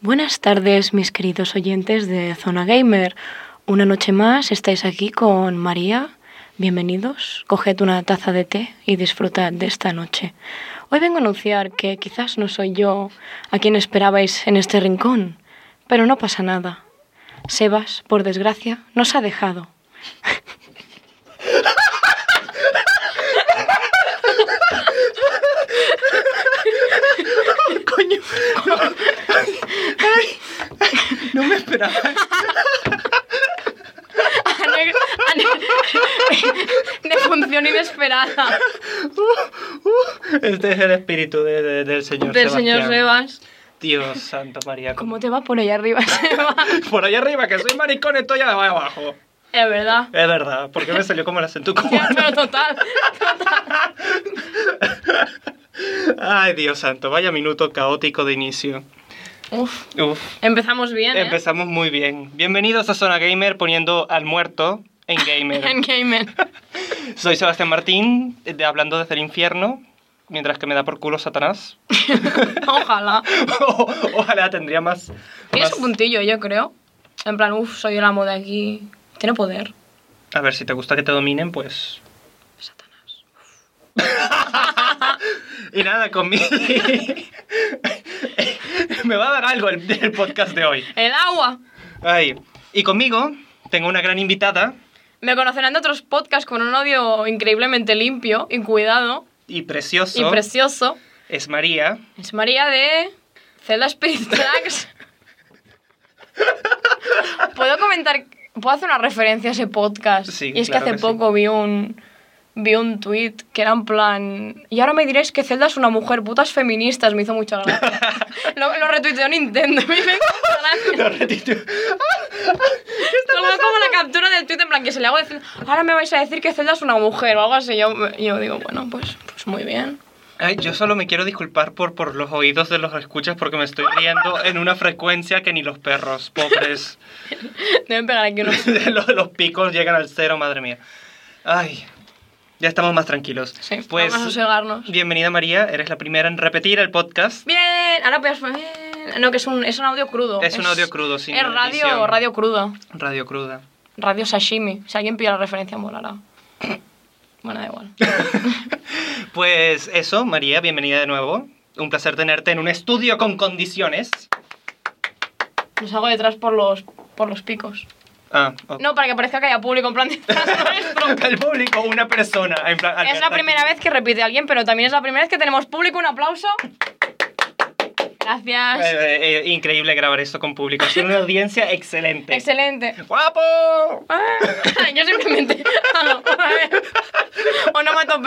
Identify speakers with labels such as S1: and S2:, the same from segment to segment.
S1: Buenas tardes, mis queridos oyentes de Zona Gamer. Una noche más estáis aquí con María. Bienvenidos. Coged una taza de té y disfrutad de esta noche. Hoy vengo a anunciar que quizás no soy yo a quien esperabais en este rincón, pero no pasa nada. Sebas, por desgracia, nos ha dejado.
S2: Coño. No me esperaba.
S1: Ane- ane- ah, de función inesperada
S2: Este es el espíritu de- de- del señor
S1: del señor
S2: Sebastián.
S1: Sebas.
S2: Dios santo María.
S1: ¿Cómo te va por allá arriba, Sebas?
S2: Por allá arriba, que soy maricón, estoy allá abajo.
S1: Es verdad.
S2: Es verdad, porque me salió como el acento
S1: Ya,
S2: cubano.
S1: pero total.
S2: Ay, Dios santo, vaya minuto caótico de inicio.
S1: Uf,
S2: Uf.
S1: empezamos bien, ¿eh?
S2: Empezamos muy bien. Bienvenidos a Zona Gamer poniendo al muerto en
S1: En
S2: Gamer.
S1: Gamer.
S2: Soy Sebastián Martín, de Hablando desde el infierno, mientras que me da por culo Satanás.
S1: Ojalá.
S2: ojalá tendría más...
S1: Tienes
S2: más-
S1: un puntillo, yo creo. En plan, uff, soy el amo de aquí. Tiene poder.
S2: A ver, si te gusta que te dominen, pues...
S1: Satanás.
S2: Y nada, conmigo... me va a dar algo el, el podcast de hoy.
S1: El agua.
S2: Ay. Y conmigo tengo una gran invitada
S1: Me conocerán de otros podcasts con un audio increíblemente limpio y cuidado
S2: y precioso.
S1: y precioso.
S2: es María.
S1: Es María de Zelda Spirit Tracks. ¿Puedo comentar? ¿Puedo hacer una referencia a ese podcast?
S2: Sí,
S1: y es
S2: claro
S1: que hace
S2: que sí.
S1: poco vi un vi un tweet que era en plan y ahora me diréis que Zelda es una mujer putas feministas me hizo mucha gracia lo, lo retuiteó Nintendo me hizo mucha gracia.
S2: Lo retiro.
S1: Colgó como la captura del tweet en plan que se le hago de Zelda ahora me vais a decir que Zelda es una mujer o algo así yo, yo digo bueno pues, pues muy bien
S2: Ay, yo solo me quiero disculpar por, por los oídos de los escuchas porque me estoy riendo en una frecuencia que ni los perros, pobres.
S1: deben pegar aquí unos
S2: los, los picos llegan al cero, madre mía. Ay, ya estamos más tranquilos.
S1: sí,
S2: pues,
S1: vamos a sosegarnos
S2: bienvenida María, eres la primera en repetir el podcast.
S1: Bien, ahora pues bien. No, que es un, es un audio crudo.
S2: Es un audio crudo, sin
S1: Es radio,
S2: edición.
S1: radio cruda.
S2: Radio Cruda.
S1: Radio sashimi. Si alguien pilla la referencia, molará. Bueno, da igual.
S2: Pues eso, María, bienvenida de nuevo. Un placer tenerte en un estudio con condiciones.
S1: Los hago detrás por los, por los picos.
S2: Ah, ok.
S1: No, para que parezca que haya público en plan detrás nuestro.
S2: Al público, una persona. en plan,
S1: Es la
S2: Alberto,
S1: primera vez que repite alguien, pero también es la primera vez que tenemos público. Un aplauso. Gracias.
S2: Eh, eh, eh, increíble grabar esto con público. Es una audiencia excelente.
S1: Excelente.
S2: ¡Guapo!
S1: Ah, Yo simplemente. Ah, no. O no mato.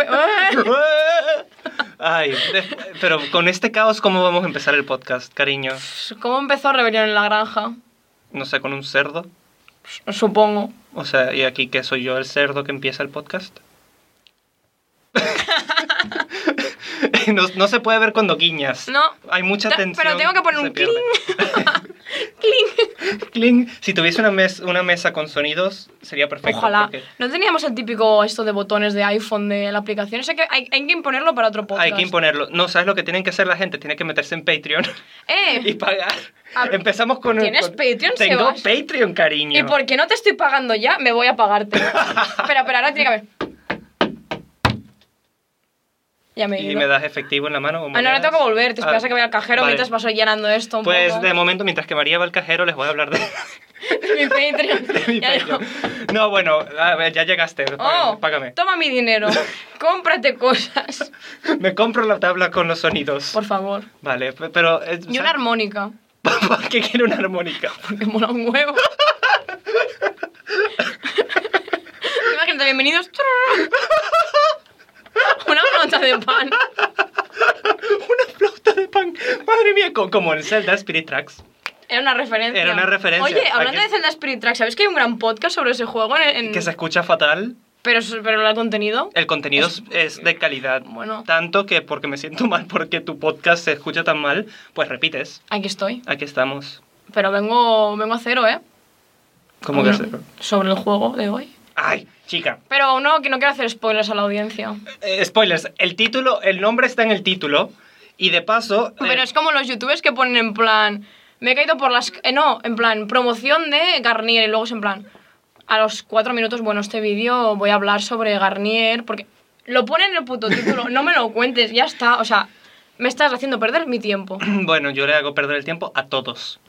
S2: Ay, de- pero con este caos, ¿cómo vamos a empezar el podcast, cariño?
S1: ¿Cómo empezó Rebelión en la Granja?
S2: No sé, con un cerdo.
S1: Supongo.
S2: O sea, y aquí que soy yo el cerdo que empieza el podcast. no, no se puede ver cuando guiñas.
S1: No.
S2: Hay mucha
S1: Ta-
S2: tensión.
S1: pero tengo que poner
S2: se
S1: un
S2: pierde. Cling. Si tuviese una, mes- una mesa con sonidos, sería perfecto.
S1: Ojalá.
S2: porque
S1: No teníamos el típico esto de botones de iPhone de la aplicación. O sea que hay, hay que imponerlo para otro podcast.
S2: Hay que imponerlo. No, ¿sabes lo que tienen que hacer la gente? Tiene que meterse en Patreon y
S1: ¡Eh!
S2: pagar.
S1: A ver,
S2: Empezamos con...
S1: ¿tienes
S2: con-
S1: Patreon,
S2: Tengo
S1: Sebas?
S2: Patreon, cariño.
S1: ¿Y por qué no te estoy pagando ya? Me voy a pagarte. Espera, pero ahora tiene que haber. Ya me he
S2: ¿Y
S1: ido.
S2: me das efectivo en la mano? o
S1: Ah, no, ahora
S2: monedas?
S1: tengo que volver. Te
S2: Ah,
S1: esperas a que vaya al cajero
S2: vale.
S1: mientras paso llenando esto un
S2: Pues
S1: poco.
S2: de momento, mientras que María va al cajero, les voy a hablar de,
S1: mi Patreon.
S2: de mi
S1: Ya digo,
S2: Patreon. No, bueno, a ver, ya llegaste.
S1: Oh,
S2: Págame. págame.
S1: toma mi dinero. Cómprate cosas.
S2: Me compro la tabla con los sonidos.
S1: Por favor.
S2: Vale, pe- pero... eh,
S1: Y una
S2: ¿sabes
S1: armónica.
S2: ¿Por qué quiero una armónica?
S1: Porque mola un huevo. Imagínate, bienvenidos. Una nota de pan.
S2: una flauta de pan. Madre mía, co- como el Zelda Spirit Tracks.
S1: Era una referencia.
S2: Era una referencia.
S1: Oye, hablando
S2: Aquí-
S1: de Zelda Spirit Track, ¿sabéis que hay un gran podcast sobre ese juego? En, en-
S2: Que se escucha fatal.
S1: pero, pero el contenido.
S2: El contenido es, es de calidad.
S1: Bueno.
S2: Tanto que porque me siento mal porque tu podcast se escucha tan mal, pues repites.
S1: Aquí estoy.
S2: Aquí estamos.
S1: Pero vengo, vengo a cero, ¿eh?
S2: ¿Cómo que
S1: Bueno,
S2: se...
S1: Sobre el juego de hoy.
S2: Ay, chica.
S1: Pero no, que no quiero hacer spoilers a la audiencia.
S2: Eh, spoilers, el título, el nombre está en el título. Y de paso. eh,
S1: Pero es como los youtubers que ponen en plan. me he caído por las... eh, no, en plan, promoción de Garnier y luego es en plan, a los cuatro minutos, bueno, este vídeo voy a hablar sobre Garnier porque lo ponen en el puto título, no me lo cuentes, ya está, o sea, me estás haciendo perder mi tiempo.
S2: Bueno, yo le hago perder el tiempo a todos.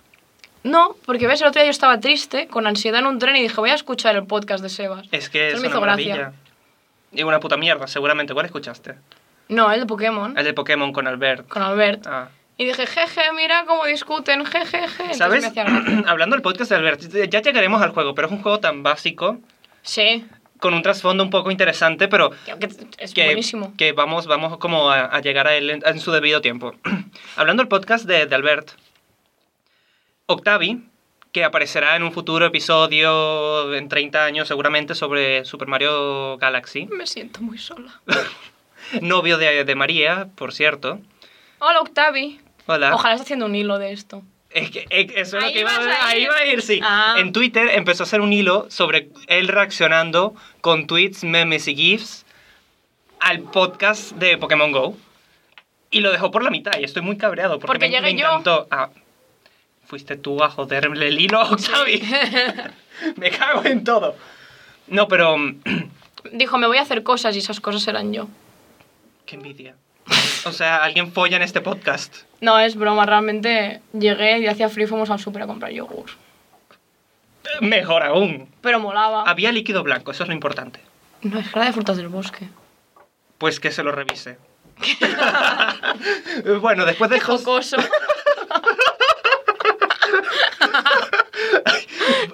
S1: No, porque ves, el otro día yo estaba triste, con ansiedad en un tren y dije, voy a escuchar el podcast de Sebas.
S2: Es que
S1: Eso
S2: es
S1: me
S2: una
S1: hizo
S2: maravilla.
S1: gracia.
S2: Y una puta mierda, seguramente. ¿Cuál escuchaste?
S1: ¿Mm? No, el de Pokémon,
S2: El de Pokémon con Albert.
S1: con Albert.
S2: Ah.
S1: Y dije, jeje, mira cómo discuten, jejeje. Eh, Entonces
S2: ¿Sabes?
S1: me hacía gracia.
S2: Hablando del podcast de Albert, ya llegaremos al juego, pero es un juego tan básico,
S1: Sí,
S2: con un trasfondo un poco interesante, pero
S1: que- que es
S2: que,
S1: buenísimo.
S2: que vamos, vamos como a, a llegar a él en, en su debido tiempo. Hablando del podcast de, de Albert, Octavi, que aparecerá en un futuro episodio en 30 años seguramente sobre Super Mario Galaxy,
S1: Me siento muy sola.
S2: novio de, de María, por cierto.
S1: Hola, Octavi.
S2: Hola.
S1: Ojalá estés haciendo un hilo de esto.
S2: Es que, eh, eso es lo
S1: Ahí
S2: que iba a,
S1: vas a
S2: ahí
S1: ir.
S2: va a ir, sí.
S1: Ah.
S2: En Twitter empezó a hacer un hilo sobre él reaccionando con tweets, memes y gifs al podcast de Pokémon Go. Y lo dejó por la mitad y estoy muy cabreado porque,
S1: Porque
S2: me, me
S1: llegué yo.
S2: encantó. Ah, fuiste tú a joderle el hilo a Octavi. me cago en todo. No, pero mm,
S1: Dijo, me voy a hacer cosas y esas cosas eran yo.
S2: qué envidia. O sea, alguien folla en este podcast.
S1: No, es broma, realmente llegué y hacía frío y fuimos al súper a comprar yogur.
S2: Mejor aún.
S1: Pero molaba.
S2: Había líquido blanco, eso es lo importante.
S1: No, es que era de frutas del bosque.
S2: Pues que se lo revise. bueno, después de estos-
S1: Jocoso.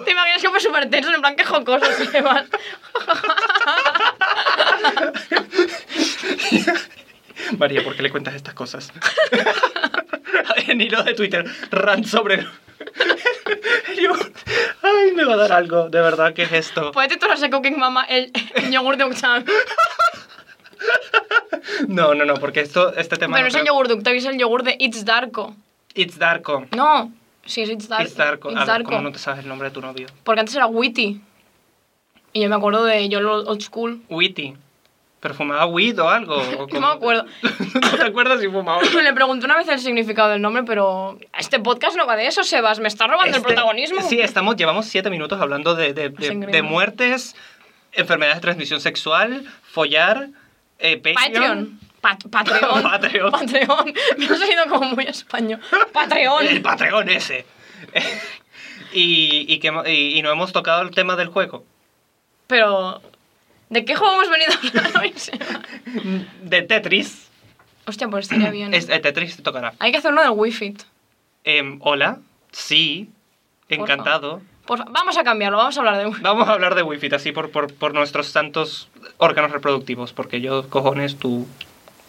S1: ¿Te imaginas que fue súper tenso? En plan, qué jocoso se vas.
S2: María, ¿por qué le cuentas estas cosas? en hilo de Twitter, rant sobre... el- el yogur. Ay, me va a dar algo, de verdad, ¿qué es esto?
S1: Puede tú ese cooking mama el, el yogur de Octavi.
S2: No, no, no, porque esto, este tema...
S1: Pero no
S2: no
S1: es el
S2: creo-
S1: yogur de Octavi, es el yogur de It's Darko.
S2: It's Darko.
S1: No, sí, es It's Darko.
S2: It's Darko. A
S1: It's
S2: ver,
S1: Darko.
S2: ¿cómo no te sabes el nombre de tu novio?
S1: Porque antes era Witty. Y yo me acuerdo de yo lo old school.
S2: Witty. ¿Pero fumaba weed o algo? ¿O
S1: No
S2: cómo?
S1: me acuerdo.
S2: ¿No te acuerdas si fumaba?
S1: Le pregunté una vez el significado del nombre, pero este podcast no va de eso, Sebas. Me está robando el
S2: Este-
S1: protagonismo.
S2: Sí, estamos, llevamos siete minutos hablando de, de- de-
S1: Sangriento.
S2: de muertes, enfermedades de transmisión sexual, follar, eh, Patreon.
S1: Patreon. Pat- Patreon.
S2: Patreon.
S1: Patreon. Me ha salido como muy español. Patreon.
S2: El Patreon ese. y, y, que, hemos- y- y no hemos tocado el tema del juego.
S1: Pero, ¿de qué juego hemos venido a hablar hoy, Sebas?
S2: De Tetris.
S1: Hostia, pues estaría bien.
S2: Es- eh, Tetris te tocará.
S1: Hay que hacer uno del Wi-Fi.
S2: Em, Hola. Sí.
S1: Porfa.
S2: Encantado.
S1: Por fa- vamos a cambiarlo, vamos a hablar de Wi-Fi.
S2: Vamos a hablar de Wi-Fi, así por, por, por nuestros santos órganos reproductivos, porque yo, cojones, tú,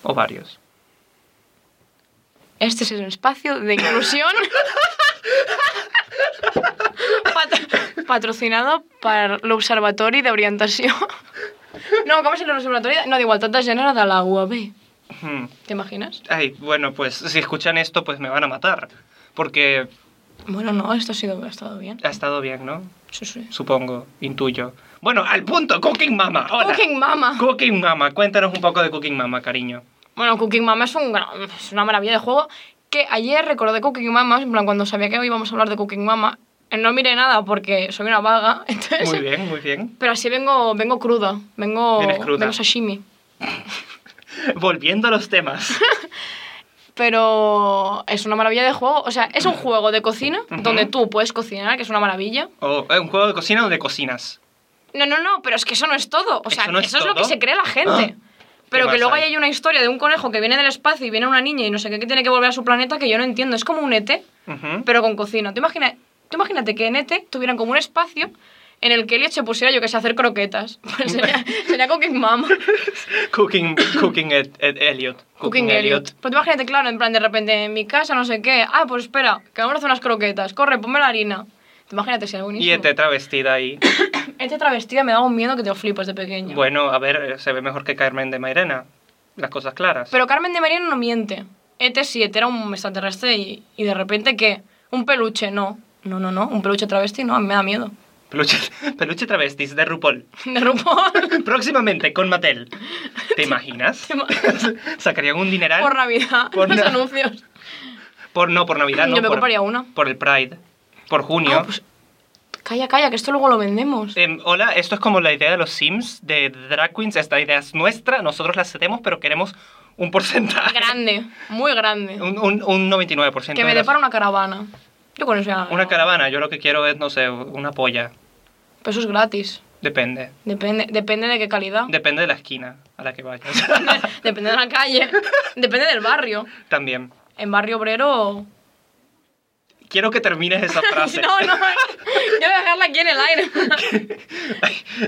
S2: ovarios.
S1: Este es un espacio de inclusión. Pat- patrocinado por el Observatorio de Orientación. No, ¿cómo es el Observatorio? No, de Igualdad de Género de la UAB.
S2: Hmm.
S1: ¿Te imaginas?
S2: Ay, bueno, pues si escuchan esto, pues me van a matar. Porque
S1: Bueno, no, esto ha, sido, ha estado bien.
S2: ha estado bien, ¿no?
S1: Sí, sí.
S2: Supongo, intuyo. Bueno, al punto, Cooking Mama. Hola.
S1: Cooking Mama.
S2: Cooking Mama, cuéntanos un poco de Cooking Mama, cariño.
S1: Bueno, Cooking Mama es, un gran- es una maravilla de juego que ayer recordé Cooking Mama, en plan, cuando sabía que hoy íbamos a hablar de Cooking Mama, eh, no miré nada porque soy una vaga, entonces...
S2: Muy bien, muy bien.
S1: Pero así vengo, vengo cruda, vengo,
S2: Vienes cruda.
S1: vengo sashimi.
S2: Volviendo a los temas.
S1: Pero es una maravilla de juego, o sea, es un juego de cocina
S2: Ujú.
S1: donde tú puedes cocinar, que es una maravilla.
S2: Oh, eh, un juego de cocina donde cocinas.
S1: No, no, no, pero es que eso no es todo, o sea,
S2: ¿Eso
S1: eso,
S2: no es
S1: es lo que
S2: todo?
S1: se cree la gente.
S2: Ah.
S1: Pero
S2: ¿Qué
S1: que
S2: más
S1: luego
S2: hay?
S1: hay una historia de un conejo que viene del espacio y viene una niña y no sé qué, que tiene que volver a su planeta, que yo no entiendo, es como un ET.
S2: Ujú.
S1: pero con cocina. Tú, imagina, tú imagínate que en ETE tuvieran como un espacio en el que Elliot se pusiera, yo que sé, a hacer croquetas. Pues sería, sería Cooking Mama.
S2: Cooking, cooking Ed- Ed- Elliot.
S1: Cooking Elliot. Pues tú imagínate, claro, en plan de repente en mi casa, no sé qué. Ah, pues espera, que vamos a hacer unas croquetas. Corre, ponme la harina. Tú imagínate, sería
S2: Y E
S1: buenísimo.
S2: Ed travestida ahí.
S1: Este travestida me daba un miedo que te lo flipas de pequeño.
S2: bueno, a ver, eh, se ve mejor que Carmen de Mairena. Las cosas claras.
S1: Pero Carmen de Mariano no miente. Este sí, ET era un extraterrestre y, y de repente, ¿qué? Un peluche, no. No, no, no, un peluche travesti, no, a mí me da miedo.
S2: Peluche, peluche travestis de RuPaul.
S1: De RuPaul.
S2: Próximamente con Mattel. ¿Te imaginas?
S1: ¿Te imaginas?
S2: Sacarían un dineral
S1: Por Navidad,
S2: Por
S1: los
S2: na-
S1: anuncios.
S2: Por, no, por Navidad no.
S1: Yo me
S2: por-
S1: compraría una.
S2: Por el Pride. Por junio.
S1: Ah, pues, calla, calla, que esto luego lo vendemos.
S2: Em, hola, esto es como la idea de los Sims, de Drag Queens. Esta idea es nuestra, nosotros la hacemos, pero queremos un porcentaje.
S1: grande, muy grande.
S2: Un, un, un 99%.
S1: que me
S2: de las-
S1: depara una caravana. Yo con eso ya.
S2: Una caravana, yo lo que quiero es, no sé, una polla.
S1: Pero eso es gratis.
S2: Depende.
S1: Depende, depende de qué calidad.
S2: Depende de la esquina a la que vayas.
S1: depende de la calle. depende del barrio.
S2: También.
S1: En barrio obrero.
S2: Quiero que termines esa frase.
S1: No, no. Yo voy a dejarla aquí en el aire.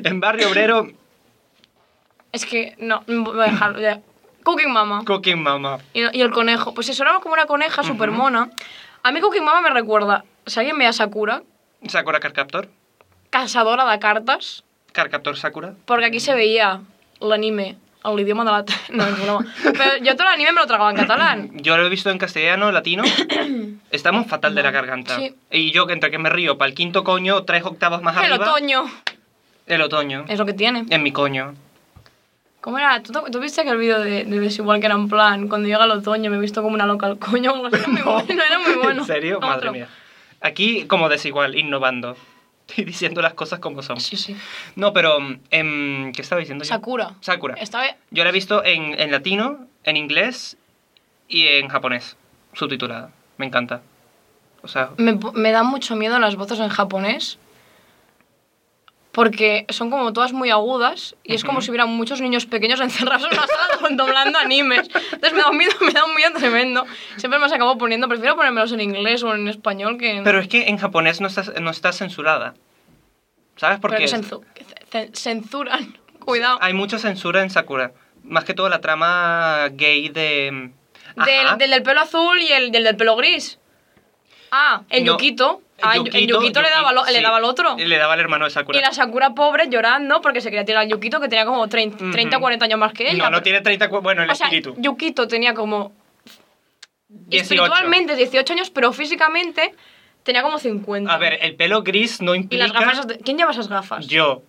S2: En Barrio Obrero,
S1: es que no, voy a dejarlo. ya. Cooking Mama.
S2: Cooking Mama.
S1: Y, y el conejo. Pues eso era como una coneja super mona. A mí Cooking Mama me recuerda. ¿Alguien ve a Sakura?
S2: Sakura Carcaptor.
S1: Casadora de cartas.
S2: Carcaptor Sakura.
S1: Porque aquí se veía el anime, el idioma de la... No, es broma. Pero yo todo el anime me lo tragaba en catalán.
S2: Yo lo he visto en castellano, latino. Estamos fatal de la garganta.
S1: Sí.
S2: Y yo, que entre que me río, para el quinto coño, tres octavas más
S1: El
S2: arriba.
S1: otoño.
S2: El otoño.
S1: Es lo que tiene.
S2: En mi coño.
S1: ¿Cómo era? ¿Tú, tú viste aquel vídeo de, de Desigual que era en plan, cuando llega el otoño me he visto como una loca al coño? o algo así? No, muy bueno, era muy bueno.
S2: ¿En serio?
S1: Otro.
S2: Madre mía. Aquí, como desigual, innovando. Y diciendo las cosas como son.
S1: Sí, sí.
S2: No, pero. em, ¿Qué estaba diciendo yo?
S1: Sakura.
S2: Sakura.
S1: Esta vez...
S2: Yo la he visto en, en latino, en inglés y en japonés. Subtitulada. Me encanta. O sea,
S1: Me, me da mucho miedo las voces en japonés. Porque son como todas muy agudas y es como si hubieran muchos niños pequeños encerrados en una sala doblando animes. Entonces me da un miedo, me da un miedo tremendo. Siempre me los acabo poniendo, prefiero ponérmelos en inglés o en español que en...
S2: Pero es que en japonés no está, no está censurada. ¿Sabes por
S1: pero
S2: qué?
S1: que cenzu- que ce- cen- censuran. Cuidado.
S2: Hay mucha censura en Sakura. Más que todo la trama gay de... Ajá.
S1: Del, del del pelo azul y el del, del pelo gris. Ah, el
S2: No,
S1: Yukito. Ah, el Yukito, le, daba lo-
S2: sí.
S1: le daba al otro.
S2: Le daba al hermano de Sakura.
S1: Y la Sakura pobre llorando porque se quería tirar al Yukito que tenía como 30,
S2: Ujú.
S1: 30 40 años más que ella.
S2: No, no
S1: pero-
S2: tiene 30... cu- Bueno, el
S1: O sea,
S2: espíritu.
S1: Yukito tenía como
S2: 18.
S1: espiritualmente 18 años, pero físicamente tenía como 50.
S2: A ver, el pelo gris no
S1: y
S2: implica...
S1: las gafas, de- ¿quién lleva esas gafas?
S2: Yo.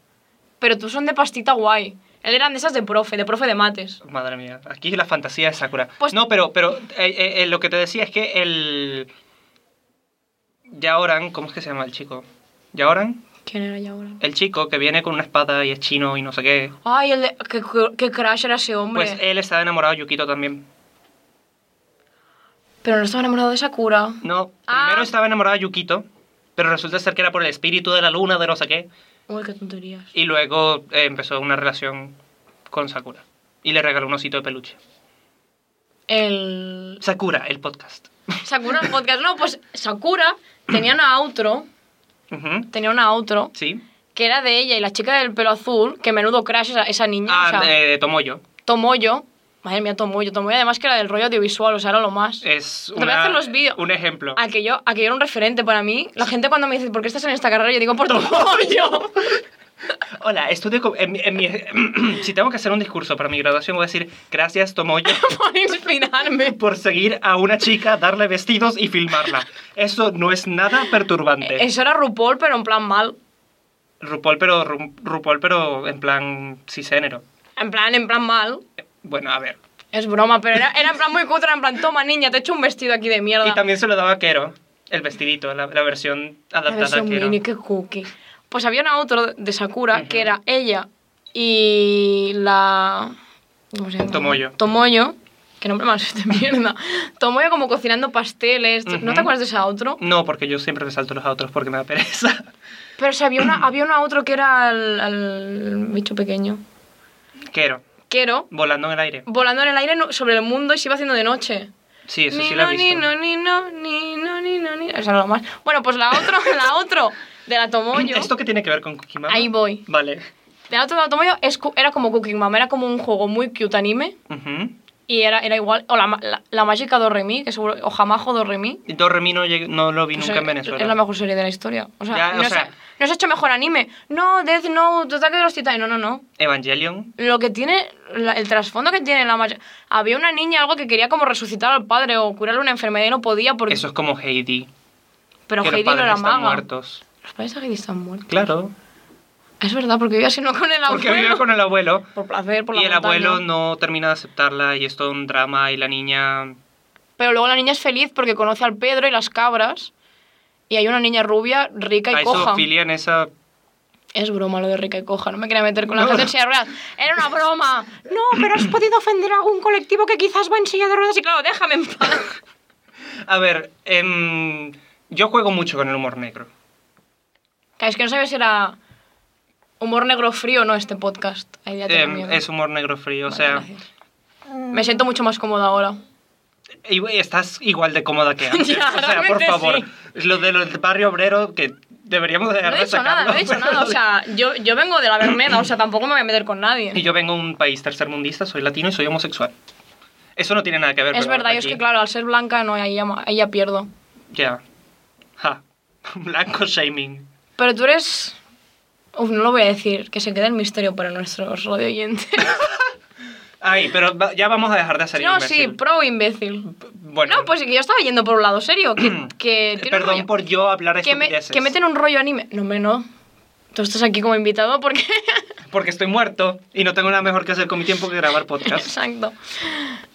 S1: Pero tú son de pastita guay. Él eran de esas de profe, de profe de mates.
S2: Madre mía. Aquí la fantasía de Sakura.
S1: Pues-
S2: no, pero, pero eh, eh, eh, lo que te decía es que el... Yaoran... ¿Cómo es que se llama el chico? ¿Yaoran?
S1: ¿Quién era ya ahora?
S2: El chico que viene con una espada y es chino y no sé qué.
S1: Ay, el de, que, que crash era ese hombre.
S2: Pues él estaba enamorado de Yukito también.
S1: Pero no estaba enamorado de Sakura.
S2: No,
S1: Ah.
S2: primero estaba enamorado de Yukito, pero resulta ser que era por el espíritu de la luna, de no sé qué.
S1: Uy, qué tonterías.
S2: Y luego eh, empezó una relación con Sakura. Y le regaló un osito de peluche.
S1: El.
S2: Sakura, el podcast.
S1: Sakura el podcast. No, pues Sakura tenía una outro.
S2: Ujú,
S1: Tenía una outro.
S2: Sí.
S1: que era de ella y la chica del pelo azul, que menudo crash esa, esa niña, o
S2: Ah,
S1: sea,
S2: eh, Tomoyo.
S1: Tomoyo, madre mía, Tomoyo, Tomoyo además que era del rollo audiovisual, o sea, era lo más.
S2: Es
S1: voy a
S2: una-
S1: hacer los vídeos.
S2: un ejemplo.
S1: A que yo, a que yo era un referente para mí, la gente cuando me dice, ¿por qué estás en esta carrera? Yo digo, por Tomoyo.
S2: Hola, estudio... co- en mi- en mi- si tengo que hacer un discurso para mi graduación, voy a decir gracias, Tomoyo.
S1: por inspirarme.
S2: por seguir a una chica, darle vestidos y filmarla. Eso no es nada perturbante.
S1: Eso era RuPaul, pero en plan mal.
S2: RuPaul, pero, Ru- RuPaul, pero en plan cisgénero.
S1: En plan, en plan mal.
S2: Bueno, a ver.
S1: Es broma, pero era, era en plan muy cutre, era en plan, toma niña, te echo un vestido aquí de mierda.
S2: Y también se lo daba a Kero, el vestidito, la, la versión
S1: La
S2: adaptada
S1: versión
S2: a Kero.
S1: mini, qué cookie. Pues había una otro de Sakura que era ella y la. ¿Cómo se llama?
S2: Tomoyo.
S1: Tomoyo. Qué nombre más de mierda. Tomoyo como cocinando pasteles. ¿No
S2: Ujú.
S1: te acuerdas de esa otro?
S2: No, porque yo siempre resalto los otros porque me da pereza.
S1: Pero sí, había una, había una otro que era al, al bicho pequeño.
S2: Kero,
S1: Quero,
S2: volando en el aire.
S1: volando en el aire no- sobre el mundo y se iba haciendo de noche.
S2: Sí, eso
S1: ni
S2: sí lo
S1: no,
S2: he
S1: ni
S2: visto.
S1: no, ni no, ni no, ni no, ni no. Eso era lo más. Bueno, pues la otra, la otro de la Tomoyo.
S2: ¿Esto qué tiene que ver con Cookie Mama?
S1: Ahí voy.
S2: Vale.
S1: De otro lado, Tomoyo es cu- era como Cooking Mama, era como un juego muy cute anime.
S2: Ujú.
S1: Y era, era igual. O la, ma- la, la mágica Doremi, que seguro. O Jamajo Doremi.
S2: Y Doremi no, lleg- no lo vi
S1: Pues
S2: nunca
S1: es-
S2: en Venezuela.
S1: Es la mejor serie de la historia. O sea,
S2: Ya, o
S1: no,
S2: sea-
S1: Se, no se ha hecho mejor anime. No, Death Note, Ataque de los Titanes. No, no, no.
S2: Evangelion.
S1: Lo que tiene. la- el trasfondo que tiene la mágica. Había una niña, algo que quería como resucitar al padre o curarle una enfermedad y no podía porque.
S2: Eso es como Heidi.
S1: pero
S2: que
S1: Heidi
S2: los
S1: no
S2: padres
S1: era
S2: están
S1: maga.
S2: muertos.
S1: Los padres de Heidi están muertos.
S2: Claro.
S1: Es verdad, porque vivía sino con el abuelo.
S2: Porque vive con el abuelo.
S1: Por placer, por la
S2: y el
S1: montaña.
S2: abuelo no termina de aceptarla y es todo un drama y la niña
S1: Pero luego la niña es feliz porque conoce al Pedro y las cabras. Y hay una niña rubia, rica y
S2: Hay
S1: coja.
S2: zoofilia en esa...
S1: Es broma lo de rica y coja, no me quería meter con la
S2: No,
S1: gente
S2: no.
S1: en silla de ruedas. Era una broma. No, pero has podido ofender a algún colectivo que quizás va en silla de ruedas y claro, déjame en paz.
S2: A ver, em, yo juego mucho con el humor negro.
S1: Claro, es que no sabía si era humor negro frío o no este podcast. Ahí ya tengo
S2: Em,
S1: miedo.
S2: es humor negro frío,
S1: Vale,
S2: o sea...
S1: gracias. Me siento mucho más cómoda ahora.
S2: Y güey, estás igual de cómoda que antes.
S1: Ya,
S2: o sea, por
S1: realmente
S2: favor, lo de los del barrio obrero que deberíamos dejar
S1: No he
S2: de
S1: dicho nada,
S2: sacarlo,
S1: no he dicho
S2: pero
S1: nada. O
S2: lo de-
S1: sea, yo, yo vengo de la Verneda, o sea, tampoco me voy a meter con nadie.
S2: Y yo vengo de un país tercermundista, soy latino y soy homosexual. Eso no tiene nada que ver.
S1: Es
S2: pero
S1: verdad, yo es
S2: aquí-
S1: que claro, al ser blanca no, ahí ya, ma- ahí ya pierdo.
S2: Ya. Ja. Blanco shaming.
S1: Pero tú eres... Uf, no lo voy a decir, que se quede el misterio para nuestros radio oyentes.
S2: Ay, pero va- ya vamos a dejar de hacer
S1: no, sí,
S2: imbécil.
S1: pro imbécil.
S2: Bueno,
S1: No, pues que yo estaba yendo por un lado serio, que, que tiene un rollo-
S2: perdón por yo hablar
S1: que, me-
S2: estupideces.
S1: que meten un rollo anime. No, me no. Tú estás aquí como invitado porque...
S2: Porque estoy muerto y no tengo nada mejor que hacer con mi tiempo que grabar podcast.
S1: Exacto.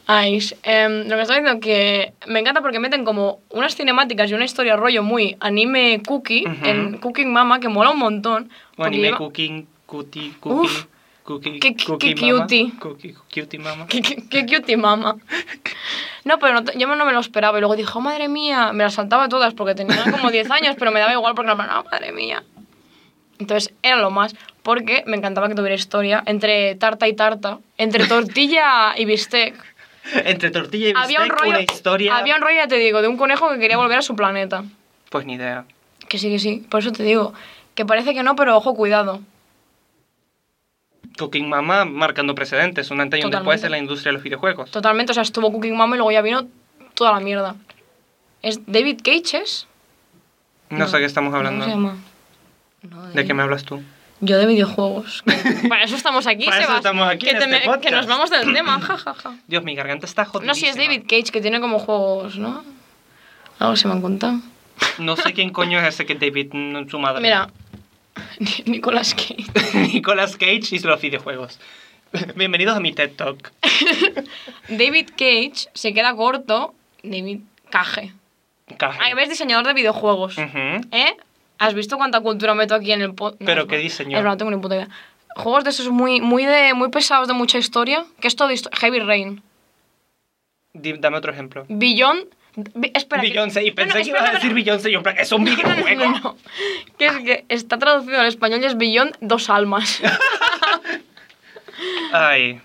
S1: Ay, em, lo que estaba diciendo que me encanta porque meten como unas cinemáticas y una historia rollo muy anime cookie,
S2: Ujú.
S1: en Cooking Mama, que mola un montón.
S2: O
S1: porque
S2: anime
S1: lleva-
S2: cooking, cutie,
S1: Uf.
S2: cooking, cookie,
S1: Qué- qué-
S2: cookie
S1: qué
S2: mama,
S1: cutie.
S2: Cookie, cutie mama.
S1: Qué, qué, qué cutie mama. No, pero no te- yo no me lo esperaba. Y luego dije, oh, madre mía, me las saltaba todas porque tenía como 10 años, pero me daba igual porque era en plan, "Ah, madre mía. Entonces era lo más, porque me encantaba que tuviera historia entre tarta y tarta, entre tortilla y bistec.
S2: Entre tortilla y
S1: había un
S2: bistec,
S1: rollo,
S2: una historia.
S1: había un rollo, ya te digo, de un conejo que quería volver a su planeta.
S2: Pues ni idea.
S1: Que sí, que sí, por eso te digo, que parece que no, pero ojo, cuidado.
S2: Cooking Mama marcando precedentes, un antes y un después
S1: Totalmente.
S2: en la industria de los videojuegos.
S1: Totalmente, o sea, estuvo Cooking Mama y luego ya vino toda la mierda. ¿Es David Cage? es?
S2: No, sé qué estamos hablando.
S1: ¿Cómo se llama? No,
S2: ¿De qué me hablas tú?
S1: Yo de videojuegos. Para eso estamos aquí,
S2: Para eso
S1: Sebas.
S2: estamos aquí
S1: que,
S2: en
S1: te
S2: este podcast.
S1: que nos vamos del tema, jajaja.
S2: Dios, mi garganta está jodida.
S1: No, si es David Cage, que tiene como juegos, ¿no? Algo se me han contado.
S2: No sé quién coño es ese que David, no, su madre.
S1: Mira, Nicolas Cage.
S2: Nicolas Cage y los videojuegos. Bienvenidos a mi TED Talk.
S1: David Cage se queda corto. David Cage.
S2: Caje.
S1: Ahí ves diseñador de videojuegos.
S2: Ujú.
S1: ¿Eh? ¿Has visto cuánta cultura meto aquí en el podcast?
S2: Pero qué diseño.
S1: No tengo ni puta idea. Juegos de esos muy, muy, de, muy pesados de mucha historia. Que es todo histo- Heavy Rain.
S2: Di- Dame otro ejemplo.
S1: Beyond. Bi- espera. que-
S2: Beyoncé,
S1: No,
S2: y
S1: no,
S2: pensé que
S1: espera,
S2: ibas a
S1: espera.
S2: decir Beyoncé y yo en plan, es un videojuego.
S1: No, no, no. Que es que está traducido al español y es Beyond dos almas.
S2: Ay,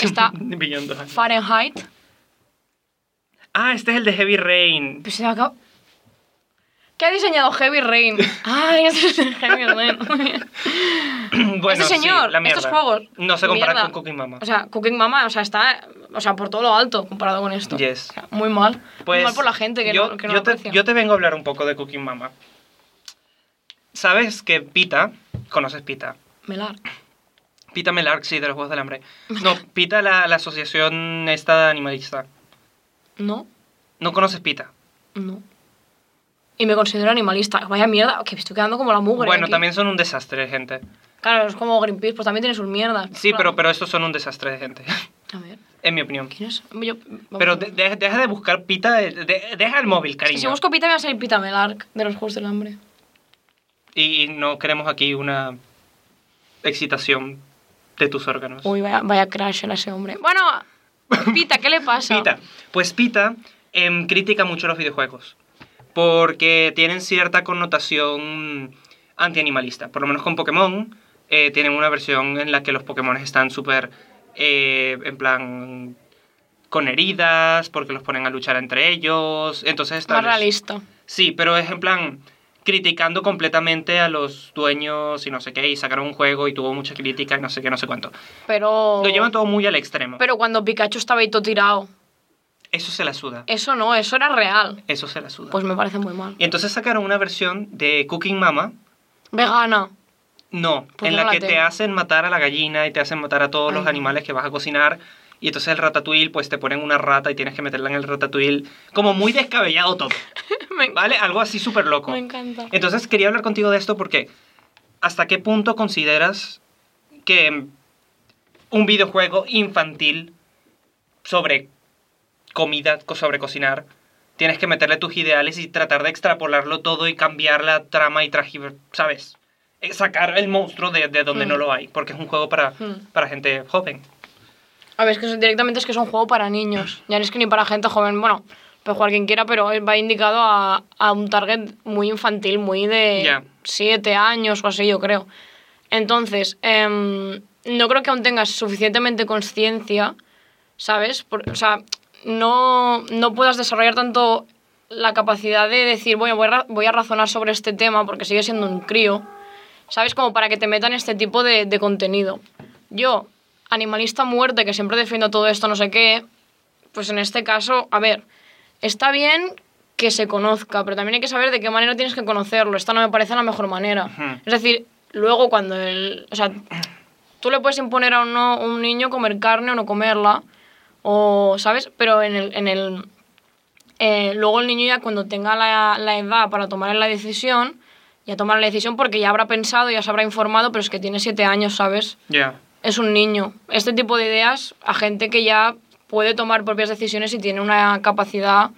S1: Está
S2: Beyond dos años.
S1: Fahrenheit.
S2: Ah, este es el de Heavy Rain.
S1: Pues se me acaba- ¿Qué ha diseñado Heavy Rain? Ay, este es el Heavy Rain.
S2: bueno,
S1: Este
S2: sí,
S1: señor,
S2: la mierda.
S1: estos juegos,
S2: No se
S1: mierda.
S2: comparan
S1: Pues,
S2: con Cooking Mama.
S1: O sea, Cooking Mama, o sea, está o sea, por todo lo alto comparado con esto.
S2: Yes.
S1: O sea, muy mal.
S2: Pues
S1: muy mal por la gente que
S2: yo,
S1: no, que no
S2: yo
S1: lo
S2: te,
S1: aprecia.
S2: yo te vengo a hablar un poco de Cooking Mama. ¿Sabes que Pita, conoces Pita?
S1: Melar.
S2: Pita Melark, sí, de los Juegos del Hambre. No, Pita la, la asociación esta animalista.
S1: No,
S2: No conoces Pita.
S1: no. Y me considero animalista. Vaya mierda, que me estoy quedando como la mugre.
S2: Bueno,
S1: aquí.
S2: también son un desastre de gente.
S1: Claro, es como Greenpeace, pues también tiene sus mierdas.
S2: Sí,
S1: Claro.
S2: pero, pero estos son un desastre de gente,
S1: A ver,
S2: en mi opinión.
S1: ¿quién es? Yo-
S2: Pero
S1: vamos a
S2: de-
S1: ver.
S2: de- deja de buscar Pita, de- de- deja el móvil,
S1: Si
S2: cariño.
S1: busco Pita, me va a salir Pita Melark de los Juegos del Hambre.
S2: Y, y no queremos aquí una excitación de tus órganos.
S1: Uy, vaya, vaya crash era ese hombre. Bueno, Pita, ¿qué le pasa?
S2: Pita. Pues Pita em, critica mucho los videojuegos. Porque tienen cierta connotación antianimalista. Por lo menos con Pokémon. eh, tienen una versión en la que los Pokémon están súper. eh, en plan. con heridas. Porque los ponen a luchar entre ellos. Entonces está.
S1: Más realista.
S2: Sí, pero es en plan. Criticando completamente a los dueños y no sé qué, y sacaron un juego y tuvo mucha crítica y no sé qué, no sé cuánto.
S1: Pero.
S2: Lo llevan todo muy al extremo.
S1: Pero cuando Pikachu estaba ahí todo tirado.
S2: Eso se la suda.
S1: Eso no, eso era real.
S2: Eso se la suda.
S1: Pues me parece muy mal.
S2: Y entonces sacaron una versión de Cooking Mama,
S1: Vegana.
S2: no,
S1: ¿Por qué Pues
S2: en
S1: no
S2: la,
S1: la
S2: que te
S1: tengo?
S2: hacen matar a la gallina y te hacen matar a todos los
S1: Ay.
S2: animales que vas a cocinar. Y entonces el ratatouille, pues te ponen una rata y tienes que meterla en el ratatouille. Como muy descabellado todo,
S1: me,
S2: ¿vale? Algo así súper loco.
S1: me encanta.
S2: Entonces quería hablar contigo de esto porque ¿hasta qué punto consideras que un videojuego infantil sobre comida co- sobre cocinar, tienes que meterle tus ideales y tratar de extrapolarlo todo y cambiar la trama y trajiver, ¿sabes? Eh, Sacar el monstruo de, de donde
S1: Mm.
S2: no lo hay, porque es un juego para,
S1: Mm.
S2: para gente joven.
S1: A ver, es que es- directamente es que es un juego para niños. Ya no es que ni para gente joven. Bueno, puede jugar quien quiera, pero va indicado a, a un target muy infantil, muy de
S2: Ya.
S1: 7 años o así, yo creo. Entonces, em, no creo que aún tengas suficientemente conciencia, ¿sabes? Por- o sea, no, no puedas desarrollar tanto la capacidad de decir, bueno, voy a, ra- voy a razonar sobre este tema porque sigue siendo un crío. ¿sabes? Como para que te metan este tipo de, de contenido. Yo, animalista a muerte, que siempre defiendo todo esto, no sé qué, pues en este caso, a ver, está bien que se conozca, pero también hay que saber de qué manera tienes que conocerlo. Esta no me parece la mejor manera.
S2: Ujú.
S1: Es decir, luego cuando el... O sea, tú le puedes imponer a un, no- a un niño comer carne o no comerla, o, ¿sabes? Pero en el... En el eh, luego el niño ya cuando tenga la, la edad para tomar la decisión, ya tomará la decisión porque ya habrá pensado, ya se habrá informado, pero es que tiene siete años, ¿sabes?
S2: Ya.
S1: Es un niño. Este tipo de ideas a gente que ya puede tomar propias decisiones y tiene una capacidad,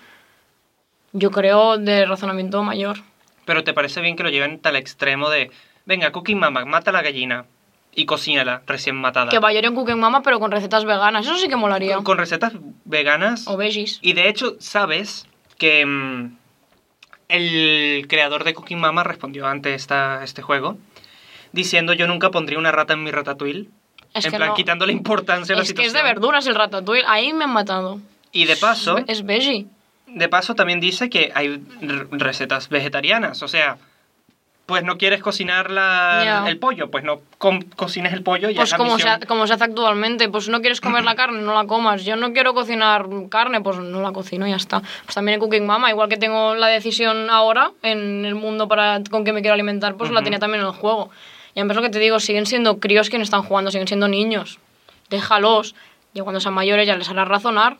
S1: yo creo, de razonamiento mayor.
S2: Pero ¿te parece bien que lo lleven tal extremo de, venga, Cooking Mama, mata a la gallina y cocínala recién matada?
S1: Que vaya en Cooking Mama, pero con recetas veganas. Eso sí que molaría.
S2: Con, con recetas veganas.
S1: O veggies.
S2: Y de hecho, sabes que mm, el creador de Cooking Mama respondió ante esta, este juego diciendo yo nunca pondría una rata en mi ratatouille.
S1: Es
S2: en
S1: que
S2: plan,
S1: no.
S2: quitando la importancia de la
S1: Es que es
S2: situación.
S1: de verduras el ratatouille. Ahí me han matado.
S2: Y de paso,
S1: Es veggie.
S2: de paso también dice que hay r- recetas vegetarianas. O sea, pues no quieres cocinar la-
S1: Ya.
S2: el pollo, pues no co- cocines el pollo y es
S1: Pues
S2: la
S1: como se,
S2: misión.
S1: ha- como se hace actualmente, pues no quieres comer la carne, no la comas. Yo no quiero cocinar carne, pues no la cocino y ya está. Pues también en Cooking Mama, igual que tengo la decisión ahora en el mundo para con qué me quiero alimentar, pues la
S2: Ujú.
S1: tenía también en el juego. Y a pesar que te digo, siguen siendo críos quienes están jugando, siguen siendo niños. Déjalos. Y cuando sean mayores ya les harás razonar.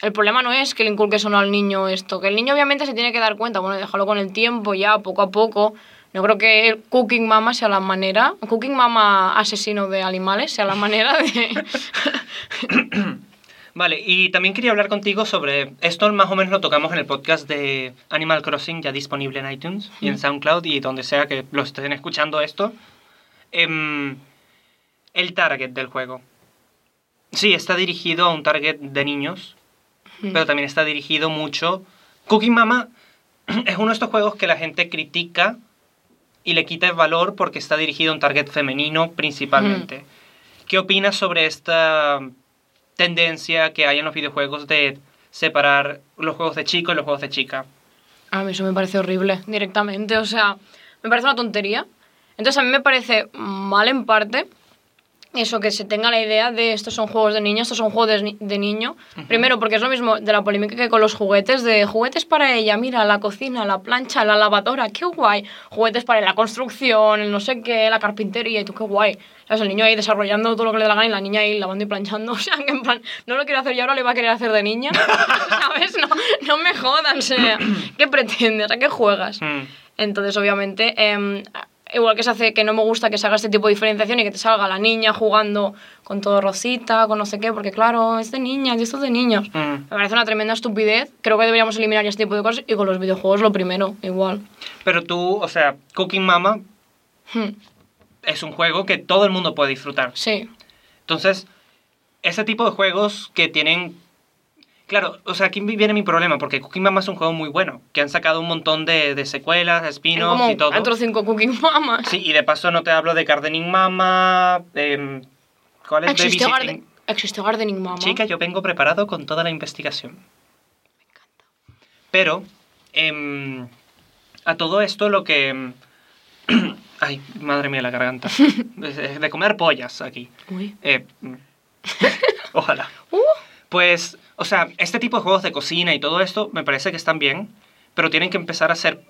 S1: El problema no es que le inculques o no al niño esto, que el niño obviamente se tiene que dar cuenta, bueno, déjalo con el tiempo ya, poco a poco. No creo que el Cooking Mama sea la manera, Cooking Mama asesino de animales sea la manera de...
S2: Vale, y también quería hablar contigo sobre esto más o menos lo tocamos en el podcast de Animal Crossing ya disponible en iTunes y en SoundCloud y donde sea que lo estén escuchando esto. Em, el target del juego. Sí, está dirigido a un target de niños, pero también está dirigido mucho. Cooking Mama es uno de estos juegos que la gente critica y le quita el valor porque está dirigido a un target femenino principalmente. ¿Qué opinas sobre esta tendencia que hay en los videojuegos de separar los juegos de chico y los juegos de chica?
S1: A mí eso me parece horrible, directamente. O sea, me parece una tontería. Entonces a mí me parece mal en parte eso que se tenga la idea de estos son juegos de niño, estos son juegos de, ni- de niño. Primero, porque es lo mismo de la polémica que con los juguetes, de juguetes para ella, mira, la cocina, la plancha, la lavadora, qué guay. Juguetes para la construcción, el no sé qué, la carpintería, y tú qué guay. ¿Sabes? El niño ahí desarrollando todo lo que le da la gana y la niña ahí lavando y planchando. O sea, que en plan, no lo quiero hacer yo ahora, le va a querer hacer de niña. ¿Sabes? No, no me jodan, o sea, ¿qué pretendes? ¿A qué juegas?
S2: Mm,
S1: Entonces, obviamente, em, igual que se hace que no me gusta que se haga este tipo de diferenciación y que te salga la niña jugando con todo rosita, con no sé qué, porque claro, es de niñas y esto es de niños.
S2: mm.
S1: Me parece una tremenda estupidez. Creo que deberíamos eliminar ya este tipo de cosas y con los videojuegos lo primero, igual.
S2: Pero tú, o sea, Cooking Mama
S1: Hmm,
S2: es un juego que todo el mundo puede disfrutar.
S1: Sí,
S2: Entonces, ese tipo de juegos que tienen... Claro, o sea, aquí viene mi problema, porque Cooking Mama es un juego muy bueno, que han sacado un montón de, de secuelas, de
S1: Hay
S2: spin-offs
S1: como
S2: y todo.
S1: cuatro o cinco cooking mamas.
S2: Sí, y de paso no te hablo de Gardening Mama, em, ¿cuál es?
S1: Existió,
S2: Babysitting-
S1: garden, existió Ah, Gardening Mama.
S2: Chica, yo vengo preparado con toda la investigación. Me encanta. Pero, em, a todo esto lo que... em, ay, madre mía, la garganta. Es- es de comer pollas aquí.
S1: Uy. Uh,
S2: Eh, mm. ojalá. Pues, o sea, este tipo de juegos de cocina y todo esto me parece que están bien, pero tienen que empezar a ser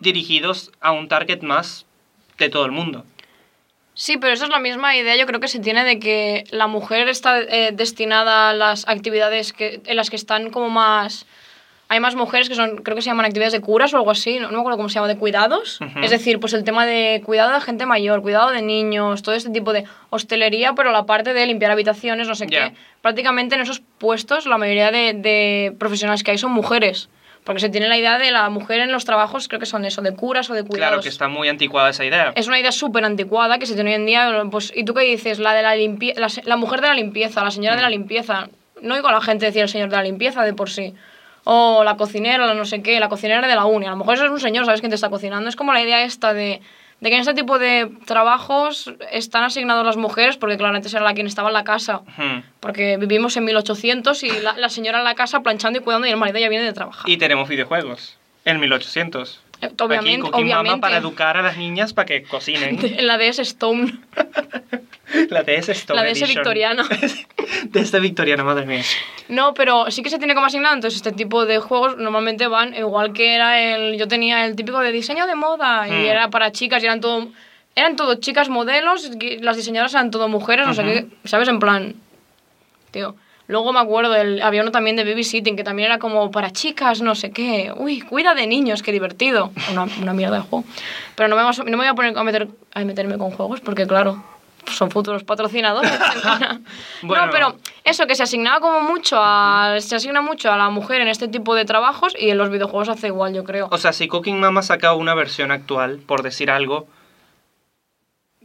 S2: dirigidos a un target más de todo el mundo.
S1: Sí, pero esa es la misma idea yo creo que se tiene de que la mujer está eh, destinada a las actividades que, en las que están como más hay más mujeres que son, creo que se llaman actividades de curas o algo así, no, no me acuerdo cómo se llama, de cuidados.
S2: Ujú.
S1: Es decir, pues el tema de cuidado de gente mayor, cuidado de niños, todo este tipo de hostelería, pero la parte de limpiar habitaciones, no sé
S2: Ya.
S1: qué. Prácticamente en esos puestos la mayoría de, de profesionales que hay son mujeres. Porque se tiene la idea de la mujer en los trabajos, creo que son eso, de curas o de cuidados. Eh.
S2: Claro que está muy anticuada esa idea.
S1: Es una idea súper anticuada que se tiene hoy en día. Pues, ¿Y tú qué dices? La de la limpieza, la, se- la mujer de la limpieza, la señora de
S2: Mm.
S1: la limpieza. No digo a la gente decir el señor de la limpieza de por sí. O la cocinera, la no sé qué, la cocinera de la uni. A lo mejor eso es un señor, ¿sabes quién te está cocinando? Es como la idea esta de, de que en este tipo de trabajos están asignados las mujeres, porque claro, antes era la quien estaba en la casa.
S2: Ujú.
S1: Porque vivimos en 1800 y la, la señora en la casa planchando y cuidando y el marido ya viene de trabajar.
S2: Y tenemos videojuegos. En 1800.
S1: Eh, obviamente,
S2: Aquí Cooking Mama
S1: obviamente.
S2: para ¿eh? educar a las niñas para que cocinen.
S1: En la DS Stone.
S2: la DS Stone
S1: La DS
S2: Edition.
S1: victoriana.
S2: DS victoriana, madre mía.
S1: No, pero sí que se tiene como asignado. Entonces, este tipo de juegos normalmente van igual que era el. Yo tenía el típico de diseño de moda y
S2: Mm.
S1: era para chicas y eran todo. Eran todo chicas modelos, y las diseñadoras eran todo mujeres, no sé
S2: Ujú.
S1: qué, ¿sabes? En plan. Tío. Luego me acuerdo, el, había uno también de babysitting que también era como para chicas, no sé qué. Uy, cuida de niños, qué divertido. Una, una mierda de juego. Pero no me, vas- no me voy a poner a, meter, a meterme con juegos porque, claro, son futuros patrocinadores.
S2: Bueno.
S1: No, pero eso, que se asignaba como mucho a. Se asigna mucho a la mujer en este tipo de trabajos y en los videojuegos hace igual, yo creo.
S2: O sea, si Cooking Mama saca una versión actual, por decir algo,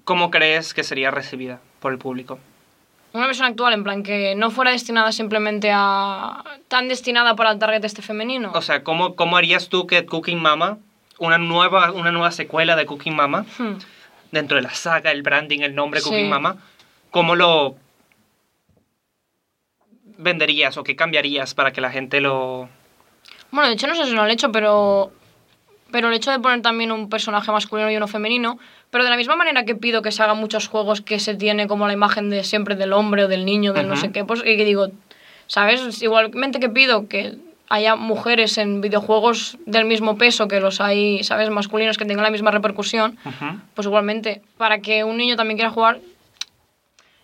S2: ¿cómo crees que sería recibida por el público?
S1: Una versión actual, en plan, que no fuera destinada simplemente a. tan destinada para el target este femenino.
S2: O sea, ¿cómo, cómo harías tú que Cooking Mama, una nueva, una nueva secuela de Cooking Mama,
S1: Hmm.
S2: dentro de la saga, el branding, el nombre
S1: Sí.
S2: Cooking Mama, ¿cómo lo venderías o qué cambiarías para que la gente lo...
S1: Bueno, de hecho no sé si lo han hecho, pero pero el hecho de poner también un personaje masculino y uno femenino, pero de la misma manera que pido que se hagan muchos juegos que se tiene como la imagen de siempre del hombre o del niño, del no
S2: Ujú.
S1: sé qué, pues y que digo, ¿sabes? Igualmente que pido que haya mujeres en videojuegos del mismo peso que los hay, ¿sabes? Masculinos que tengan la misma repercusión,
S2: Ujú.
S1: pues igualmente, para que un niño también quiera jugar...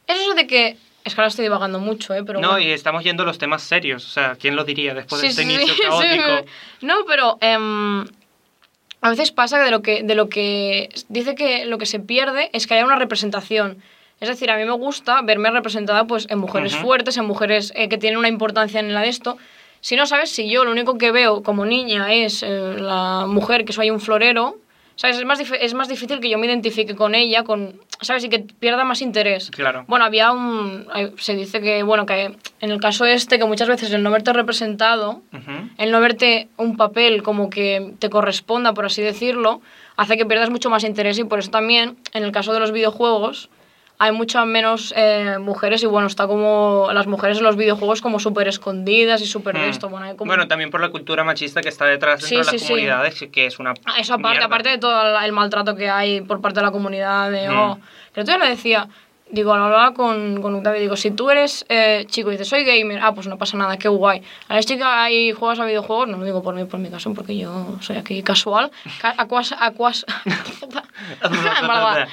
S1: Es eso de que... Es que ahora estoy divagando mucho, ¿eh? Pero
S2: no,
S1: bueno.
S2: y estamos yendo a los temas serios. O sea, ¿quién lo diría después de
S1: Sí,
S2: este
S1: sí,
S2: inicio
S1: sí, sí,
S2: caótico?
S1: sí. No, pero em, a veces pasa que de lo que de lo que dice que lo que se pierde es que haya una representación. Es decir, a mí me gusta verme representada pues en mujeres
S2: Ujú.
S1: fuertes, en mujeres eh, que tienen una importancia en la de esto. Si no sabes si yo lo único que veo como niña es eh, la mujer que soy un florero, ¿sabes? Es más, dif- es más difícil que yo me identifique con ella, con, ¿sabes? Y que pierda más interés.
S2: Claro.
S1: Bueno, había un... hay- Se dice que, bueno, que en el caso este, que muchas veces el no verte representado,
S2: Ujú.
S1: el no verte un papel como que te corresponda, por así decirlo, hace que pierdas mucho más interés y por eso también, en el caso de los videojuegos, hay muchas menos eh, mujeres y bueno, está como las mujeres en los videojuegos como súper escondidas y súper de
S2: Mm.
S1: esto. Bueno, hay como-
S2: Bueno, también por la cultura machista que está detrás
S1: Sí,
S2: dentro de
S1: sí,
S2: las
S1: sí.
S2: comunidades, que es una.
S1: Ah, Eso aparte,
S2: mierda.
S1: aparte de todo la- el maltrato que hay por parte de la comunidad, de,
S2: Mm.
S1: oh, que el otro día le decía, digo, lo hablaba con, con Octavio, digo, si tú eres eh, chico y dices, soy gamer, ah, pues no pasa nada, qué guay. A las chica y juegas a videojuegos, no lo digo por mí, por mi caso, porque yo soy aquí casual, ca- acuas, acuas... En verdad.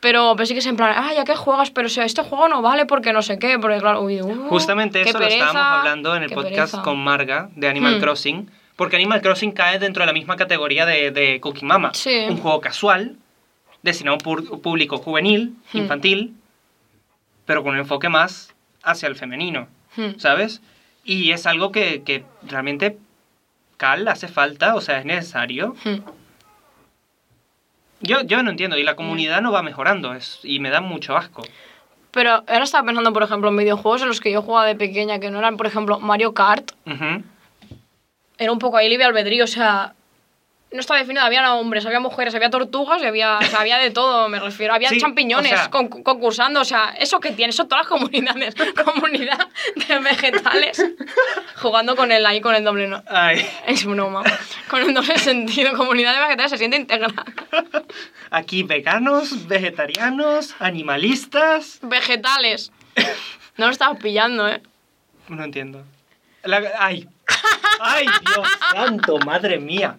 S1: Pero, pero sí que es en plan, ah, ya que juegas, pero si a este juego no vale porque no sé qué, porque claro, uy, uh,
S2: Justamente
S1: qué
S2: eso lo
S1: pereza,
S2: estábamos hablando en el
S1: qué
S2: podcast
S1: pereza.
S2: con Marga de Animal
S1: Mm.
S2: Crossing, porque Animal Crossing cae dentro de la misma categoría de, de Cooking Mama.
S1: Sí.
S2: Un juego casual, destinado a un pur- público juvenil,
S1: Mm.
S2: infantil, pero con un enfoque más hacia el femenino,
S1: Hmm.
S2: ¿sabes? Y es algo que, que realmente Cal hace falta, o sea, es necesario.
S1: Hmm.
S2: Yo, yo no entiendo, y
S1: Mm.
S2: la comunidad no va mejorando, es, y me da mucho asco.
S1: Pero ahora estaba pensando, por ejemplo, en videojuegos en los que yo jugaba de pequeña, que no eran, por ejemplo, Mario Kart.
S2: Ujú.
S1: Era un poco ahí libre albedrío, o sea, no estaba definido. Había hombres, había mujeres, había tortugas y había, o sea, había de todo, me refiero. Había
S2: Sí,
S1: champiñones
S2: o sea-
S1: con- concursando, o sea, eso que tiene, eso todas las comunidades, comunidad de vegetales jugando con el ahí, con el doble. No,
S2: Ay,
S1: es broma. Con el doble sentido, comunidad de vegetales se siente integrada.
S2: aquí veganos, vegetarianos, animalistas.
S1: Vegetales. No lo estabas pillando, ¿eh?
S2: No entiendo. La- ay. Ay, Dios santo, madre mía.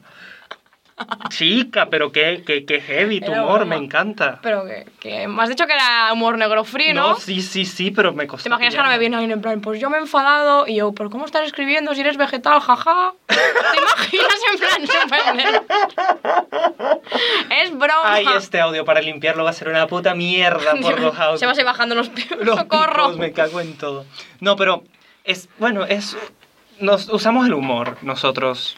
S2: Chica, pero qué, qué, qué heavy tu
S1: Era
S2: humor, me
S1: broma.
S2: encanta.
S1: Pero que, que me has dicho que era humor negro frío, ¿no?
S2: sí, sí, sí, pero me costó.
S1: ¿Te imaginas que ahora me
S2: pillarlo.
S1: viene alguien en plan, pues yo me he enfadado y yo, ¿pero cómo estás escribiendo si eres vegetal? Jaja. ¿Te imaginas en plan súper negro? Es broma.
S2: Ay, este audio para limpiarlo va a ser una puta mierda por los audios.
S1: Se va a ir bajando los pies.
S2: Los
S1: ¡Socorro!
S2: picos, me cago en todo. No, pero es bueno, es nos usamos el humor nosotros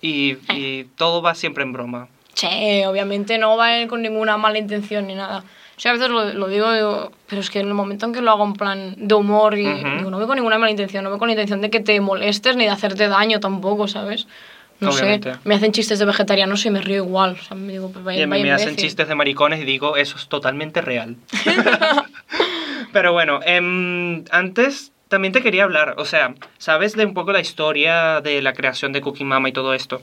S2: y,
S1: Eh.
S2: y todo va siempre en broma.
S1: Che, obviamente no va a ir con ninguna mala intención ni nada. Yo a veces lo, lo digo, digo, pero es que en el momento en que lo hago en plan de humor, y,
S2: Ujú.
S1: digo, no voy con ninguna mala intención, no voy con la intención de que te molestes ni de hacerte daño tampoco, ¿sabes? No
S2: Obviamente.
S1: sé, me hacen chistes de vegetarianos y me río igual. O sea, me digo, pues vaya,
S2: y a mí
S1: vaya
S2: me hacen
S1: imbécil.
S2: chistes de maricones y digo, eso es totalmente real. Pero bueno, em, antes también te quería hablar, o sea, ¿sabes de un poco la historia de la creación de Cooking Mama y todo esto?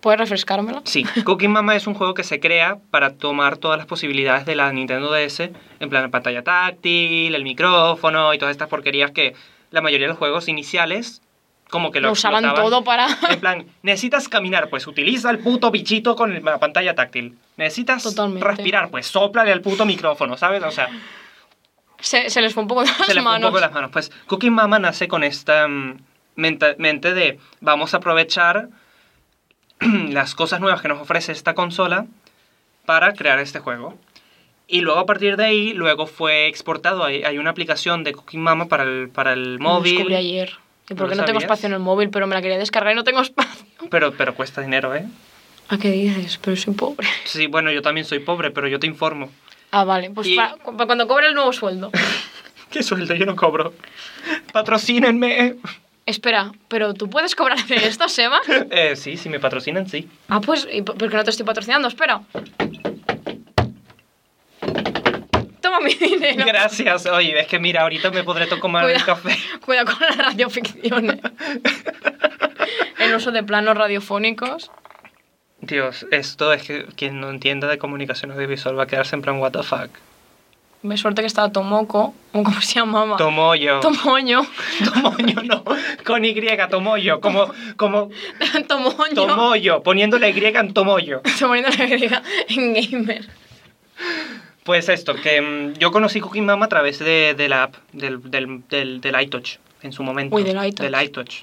S1: ¿Puedes refrescármela?
S2: Sí, Cooking Mama es un juego que se crea para tomar todas las posibilidades de la Nintendo DS, en plan pantalla táctil, el micrófono y todas estas porquerías que la mayoría de los juegos iniciales como que lo,
S1: Lo usaban
S2: explotaban.
S1: todo para...
S2: En plan, necesitas caminar, pues utiliza el puto bichito con la pantalla táctil. Necesitas
S1: Totalmente.
S2: respirar, pues sóplale al puto micrófono, ¿sabes? O sea,
S1: se, se les fue un poco de las
S2: se le fue un
S1: Pues manos.
S2: poco las manos. Pues Cooking Mama nace con esta mm, menta- mente de vamos a aprovechar las cosas nuevas que nos ofrece esta consola para crear este juego. Y luego a partir de ahí, luego fue exportado. Hay, hay una aplicación de Cooking Mama para el, para el
S1: Lo descubrí
S2: móvil.
S1: ayer. Y
S2: ¿No
S1: porque
S2: lo
S1: no tengo
S2: sabías?
S1: espacio en el móvil, pero me la quería descargar y no tengo espacio.
S2: Pero, pero cuesta dinero, ¿eh?
S1: ¿A qué dices? Pero soy pobre.
S2: Sí, bueno, yo también soy pobre, pero yo te informo.
S1: Ah, vale. Pues
S2: Y-
S1: para, cu- para cuando cobre el nuevo sueldo.
S2: ¿Qué sueldo? Yo no cobro. Patrocínenme.
S1: Espera, ¿pero tú puedes cobrar de esto, Seba?
S2: Eh, sí, si me patrocinan, sí.
S1: Ah, pues, ¿y por por qué no te estoy patrocinando? Espera. Toma mi dinero.
S2: Gracias. Oye, es que mira, ahorita me podré tomar un
S1: Cuida-
S2: café.
S1: Cuidado con las radioficciones. El uso de planos radiofónicos.
S2: Dios, esto es que quien no entienda de comunicación audiovisual va a quedarse en plan, what the fuck.
S1: Me suerte que estaba Tomoko, o como se llamaba.
S2: Tomoyo.
S1: Tomoño.
S2: Tomoyo, no. Con Y, Tomoyo. Como, como
S1: Tomoño.
S2: Tomoyo, poniéndole Y en Tomoyo.
S1: Estoy poniendo la griega en gamer.
S2: Pues esto, que mm, yo conocí Cooking Mama a través de, de la app, del, del, del, del iTouch, en su momento.
S1: Uy, del iTouch.
S2: Del iTouch.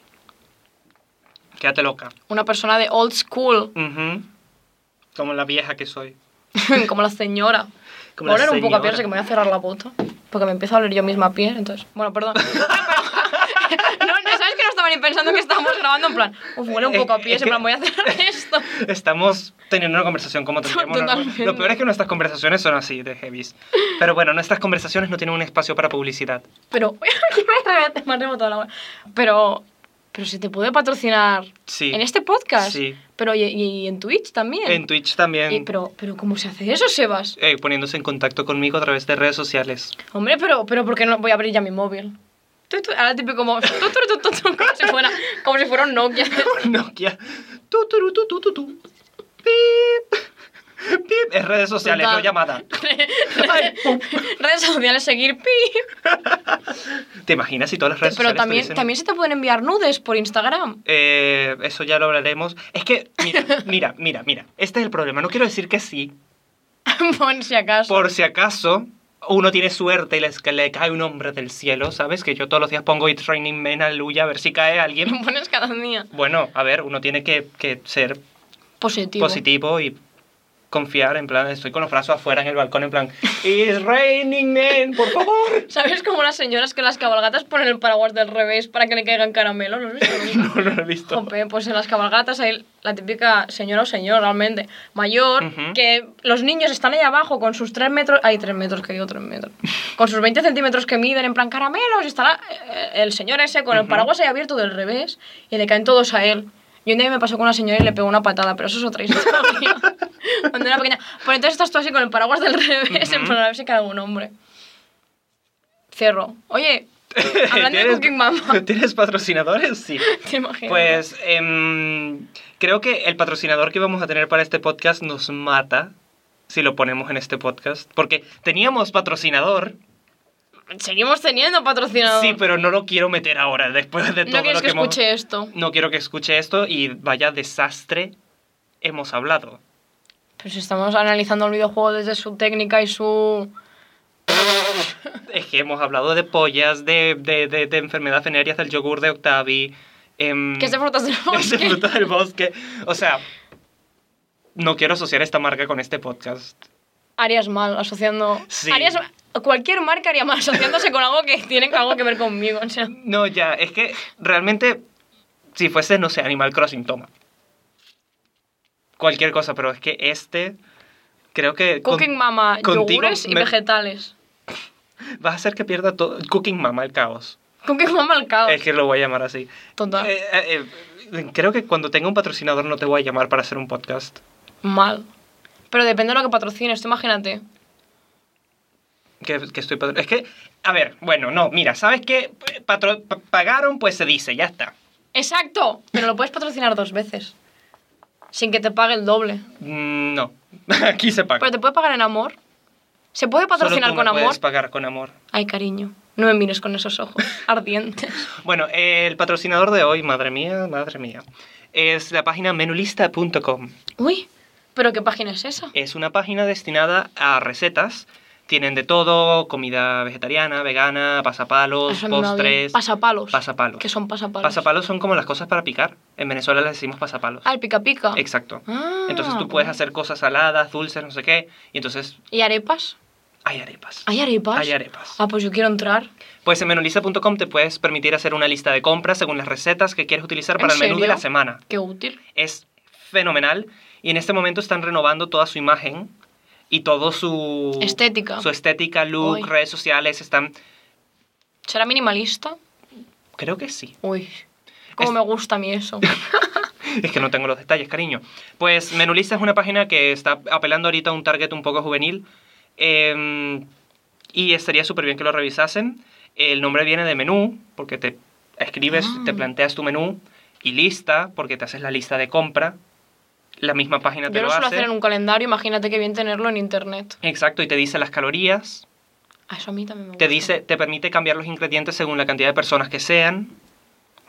S2: Quédate loca.
S1: Una persona de old school,
S2: Ujú. Como la vieja que soy.
S1: como la señora.
S2: Como
S1: Voy a
S2: la
S1: oler un poco a piel,
S2: señora.
S1: así que me voy a cerrar la bota. Porque me empiezo a oler yo misma a piel, entonces. Bueno, perdón. no, no, sabes que no estaba ni pensando que estábamos grabando en plan. Uf, huele un poco a pies, en plan, voy a cerrar esto.
S2: Estamos teniendo una conversación como tendríamos. normal.
S1: Totalmente.
S2: Lo peor es que nuestras conversaciones son así, de heavies. Pero bueno, nuestras conversaciones no tienen un espacio para publicidad.
S1: Pero. me ha rebotado la hora. Pero. Pero si te puede patrocinar.
S2: Sí.
S1: En este podcast.
S2: Sí.
S1: Pero y, y en Twitch también.
S2: En Twitch también.
S1: Y, pero, pero, ¿cómo se hace eso, Sebas?
S2: eh, poniéndose en contacto conmigo a través de redes sociales.
S1: Hombre, pero, pero ¿por qué no voy a abrir ya mi móvil? Tu, tu, ahora típico como, tu, tu, tu, tu, tu, como, si fuera, como si fuera un Nokia.
S2: Nokia. Tu, tu, tu, tu, tu, tu. Pip. Pip. Es redes sociales,
S1: Total.
S2: no llamada. Ay, pum.
S1: redes sociales, seguir, pi.
S2: ¿Te imaginas si todas las redes
S1: Pero
S2: sociales
S1: también,
S2: tuviesen-
S1: también se te pueden enviar nudes por Instagram.
S2: Eh, eso ya lo hablaremos. Es que, mira, mira, mira, mira. Este es el problema. No quiero decir que sí,
S1: por si acaso.
S2: por si acaso uno tiene suerte y les, que le cae un hombre del cielo, ¿sabes? Que yo todos los días pongo It's Raining Men, aleluya, a ver si cae
S1: Me
S2: alguien.
S1: pones cada día.
S2: Bueno, a ver, uno tiene que, que ser
S1: Positivo.
S2: positivo y confiar, en plan, estoy con los brazos afuera en el balcón, en plan, It's Raining Men, por favor.
S1: ¿Sabes cómo las señoras que en las cabalgatas ponen el paraguas del revés para que le caigan caramelo? ¿Lo has visto nunca?
S2: No lo he visto.
S1: Jope, pues en las cabalgatas hay la típica señora o señor realmente mayor
S2: Ujú.
S1: que los niños están ahí abajo con sus 3 metros, hay 3 metros que digo 3 metros, con sus 20 centímetros que miden en plan caramelos y está la- eh, el señor ese con el
S2: Ujú.
S1: paraguas ahí abierto del revés y le caen todos a él. Y un día me pasó con una señora y le pegó una patada, pero eso es otra historia. Cuando era pequeña. Pues entonces estás tú así con el paraguas del revés en
S2: Ujú.
S1: plan a ver si cae algún hombre. Cierro. Oye, hablando de
S2: ¿Tienes-
S1: Cooking Mama,
S2: ¿Tienes patrocinadores? Sí.
S1: ¿te imaginas?
S2: Pues em, creo que el patrocinador que vamos a tener para este podcast nos mata si lo ponemos en este podcast. Porque teníamos patrocinador,
S1: Seguimos teniendo patrocinador.
S2: sí, pero no lo quiero meter ahora, después de todo
S1: no quieres
S2: lo
S1: que,
S2: que, hemos-
S1: escuche esto.
S2: No quiero que escuche esto y vaya desastre hemos hablado.
S1: Pero Pues si estamos analizando el videojuego desde su técnica y su...
S2: Es que hemos hablado de pollas, de, de, de, de enfermedades venéreas, del yogur de Octavi. em,
S1: Que es de frutas del
S2: de
S1: bosque.
S2: fruta del bosque. O sea, no quiero asociar esta marca con este podcast.
S1: Harías mal asociando...
S2: Sí.
S1: Harías... Cualquier marca haría mal asociándose con algo que tiene algo que ver conmigo, o sea...
S2: No, ya, es que realmente, si fuese, no sé, Animal Crossing, toma. Cualquier cosa, pero es que este, creo que... con-
S1: Cooking Mama,
S2: contigo
S1: yogures y
S2: me-
S1: vegetales.
S2: Vas a hacer que pierda todo. Cooking Mama, el caos.
S1: Cooking Mama al caos.
S2: Es que lo voy a llamar así.
S1: Total.
S2: Eh, eh, eh, creo que cuando tenga un patrocinador no te voy a llamar para hacer un podcast.
S1: Mal. Pero depende de lo que patrocines, tú imagínate.
S2: Que, que estoy patro- Es que, a ver, bueno, no, mira, ¿sabes qué? Patro- pa- pagaron, pues se dice, ya está.
S1: ¡Exacto! Pero lo puedes patrocinar dos veces. Sin que te pague el doble.
S2: Mm, No, aquí se paga.
S1: Pero te puede pagar en amor. ¿Se puede patrocinar
S2: Solo tú
S1: con
S2: me
S1: amor?
S2: Puedes pagar con amor.
S1: Ay, cariño. No me mires con esos ojos ardientes.
S2: Bueno, eh, el patrocinador de hoy, madre mía, madre mía, es la página menulista.com.
S1: Uy, ¿pero qué página es esa?
S2: Es una página destinada a recetas. Tienen de todo, comida vegetariana, vegana, pasapalos,
S1: Eso a mí me va bien.
S2: postres.
S1: Pasapalos.
S2: Pasapalos.
S1: Que son pasapalos.
S2: Pasapalos son como las cosas para picar. En Venezuela les decimos pasapalos.
S1: Ah, el pica pica.
S2: Exacto.
S1: Ah,
S2: Entonces tú
S1: bueno.
S2: puedes hacer cosas saladas, dulces, no sé qué. Y entonces
S1: ¿Y arepas?
S2: hay arepas.
S1: ¿Hay arepas?
S2: Hay arepas.
S1: Ah, pues yo quiero entrar.
S2: Pues en menulista.com te puedes permitir hacer una lista de compras según las recetas que quieres utilizar
S1: ¿En
S2: para el menú de
S1: serio?
S2: la semana.
S1: Qué útil.
S2: Es fenomenal y en este momento están renovando toda su imagen y todo su
S1: Estética.
S2: su estética, look,
S1: Uy.
S2: redes sociales están
S1: ¿Será minimalista?
S2: creo que sí.
S1: Uy, cómo
S2: Es-
S1: me gusta a mí eso.
S2: Es que no tengo los detalles, cariño. Pues Menulista es una página que está apelando ahorita a un target un poco juvenil. eh, y estaría súper bien que lo revisasen. El nombre viene de menú, porque te escribes,
S1: Ah.
S2: te planteas tu menú. Y lista, porque te haces la lista de compra. La misma página te
S1: Yo lo
S2: lo
S1: suelo
S2: hace.
S1: hacer en un calendario, imagínate qué bien tenerlo en internet.
S2: Exacto, y te dice las calorías.
S1: Ah, eso a mí también me gusta.
S2: Te dice, te permite cambiar los ingredientes según la cantidad de personas que sean.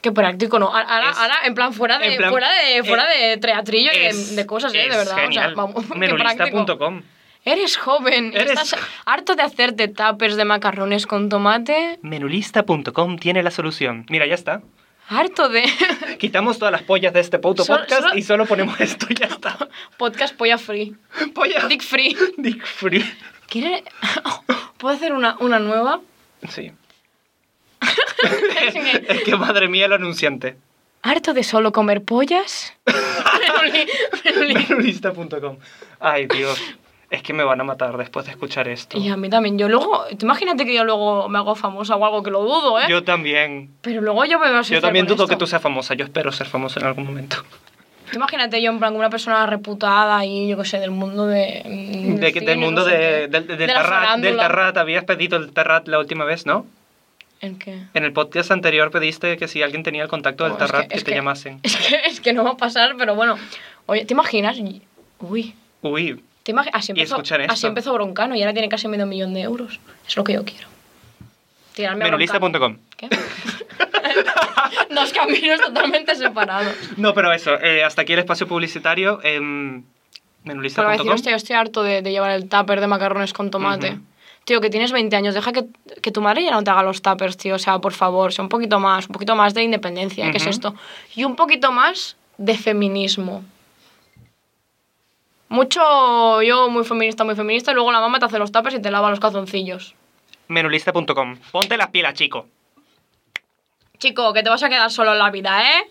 S1: Qué práctico, ¿no? Ahora,
S2: Es-
S1: ahora, en plan, fuera de,
S2: en plan,
S1: fuera de,
S2: eh,
S1: fuera de teatrillo y de-
S2: Es-
S1: de, cosas, ¿eh?
S2: es
S1: De verdad. o sea,
S2: Genial.
S1: vamos, qué práctico.
S2: Menulista.com.
S1: Eres joven, y
S2: Eres-
S1: estás harto de hacerte tapers de macarrones con tomate,
S2: Menulista.com tiene la solución. Mira, ya está.
S1: harto de
S2: Quitamos todas las pollas de este puto
S1: Solo-
S2: podcast
S1: solo-
S2: y solo ponemos esto y ya está.
S1: podcast polla free,
S2: Polla.
S1: dick free.
S2: Dick free.
S1: ¿Quieres? ¿Puedo hacer una, una nueva?
S2: Sí. es que madre mía el anunciante.
S1: ¿Harto de solo comer pollas? Menuli, menuli.
S2: Menulista.com. Ay, Dios. Es que me van a matar después de escuchar esto.
S1: Y a mí también. Yo luego, tú imagínate que yo luego me hago famosa o algo que lo dudo, ¿eh?
S2: Yo también.
S1: Pero luego yo me voy a
S2: Yo
S1: asociar
S2: también
S1: con
S2: dudo
S1: esto.
S2: que tú seas famosa. Yo espero ser famosa en algún momento.
S1: Tú Imagínate yo en plan como una persona reputada y yo qué sé, del mundo de... mm,
S2: De que-
S1: cine,
S2: del mundo
S1: no sé
S2: de,
S1: qué.
S2: del, del
S1: la
S2: tarrat, del
S1: farándula.
S2: tarrat. Habías pedido el tarrat la última vez, ¿no?
S1: ¿El qué?
S2: En el podcast anterior pediste que si alguien tenía el contacto del
S1: Oh, es
S2: tarrat
S1: que-
S2: que,
S1: es
S2: te
S1: que-
S2: llamasen.
S1: Es que, es que no va a pasar, pero bueno. Oye, ¿te imaginas? Uy,
S2: Uy,
S1: ¿te imagi- Así
S2: Y
S1: empezó,
S2: escuchar esto.
S1: así empezó Broncano y ahora tiene casi medio millón de euros. Es lo que yo quiero. Tirarme a Broncano.
S2: menulista.com.
S1: ¿Qué? Dos caminos totalmente separados.
S2: No, pero eso, eh, hasta aquí el espacio publicitario. em,
S1: Pero va a decir,
S2: menulista.com.
S1: hostia, yo estoy harto de, de llevar el tupper de macarrones con tomate.
S2: Ujú.
S1: Tío, que tienes 20 años, deja que, que tu madre ya no te haga los tuppers, tío. O sea, por favor, sea un poquito más, un poquito más de independencia, ¿eh? ¿qué es
S2: Ujú.
S1: esto? Y un poquito más de feminismo. Mucho yo muy feminista, muy feminista, y luego la mamá te hace los tuppers y te lava los calzoncillos.
S2: Menulista.com. Ponte las pilas, chico.
S1: Chico, que te vas a quedar solo en la vida, ¿eh?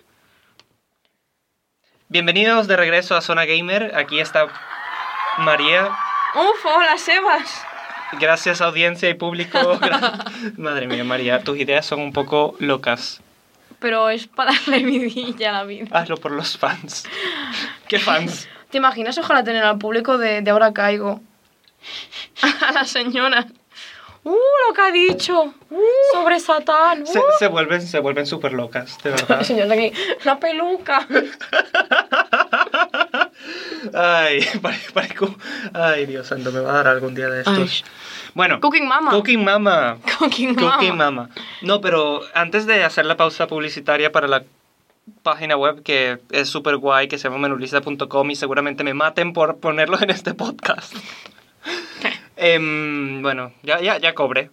S2: Bienvenidos de regreso a Zona Gamer. Aquí está María.
S1: Uf, hola, Sebas.
S2: Gracias audiencia y público. Gra- Madre mía, María, tus ideas son un poco locas.
S1: Pero es para darle vidilla a la vida.
S2: Hazlo por los fans. ¿Qué fans?
S1: ¿Te imaginas? Ojalá tener al público de, de ahora caigo. A la señora. ¡Uh, lo que ha dicho! Sobre Satán.
S2: Uh. Se,
S1: ¡Uh!
S2: se vuelven se vuelven súper locas, de
S1: La
S2: verdad.
S1: señora aquí. La peluca.
S2: Ay, pare- parezco... Ay, Dios santo, me va a dar algún día de estos. Bueno,
S1: Cooking Mama.
S2: Cooking Mama.
S1: Cooking Mama.
S2: Cooking Mama. No, pero antes de hacer la pausa publicitaria para la página web que es súper guay, que se llama menulista.com y seguramente me maten por ponerlo en este podcast. Em, bueno, ya, ya, ya cobré,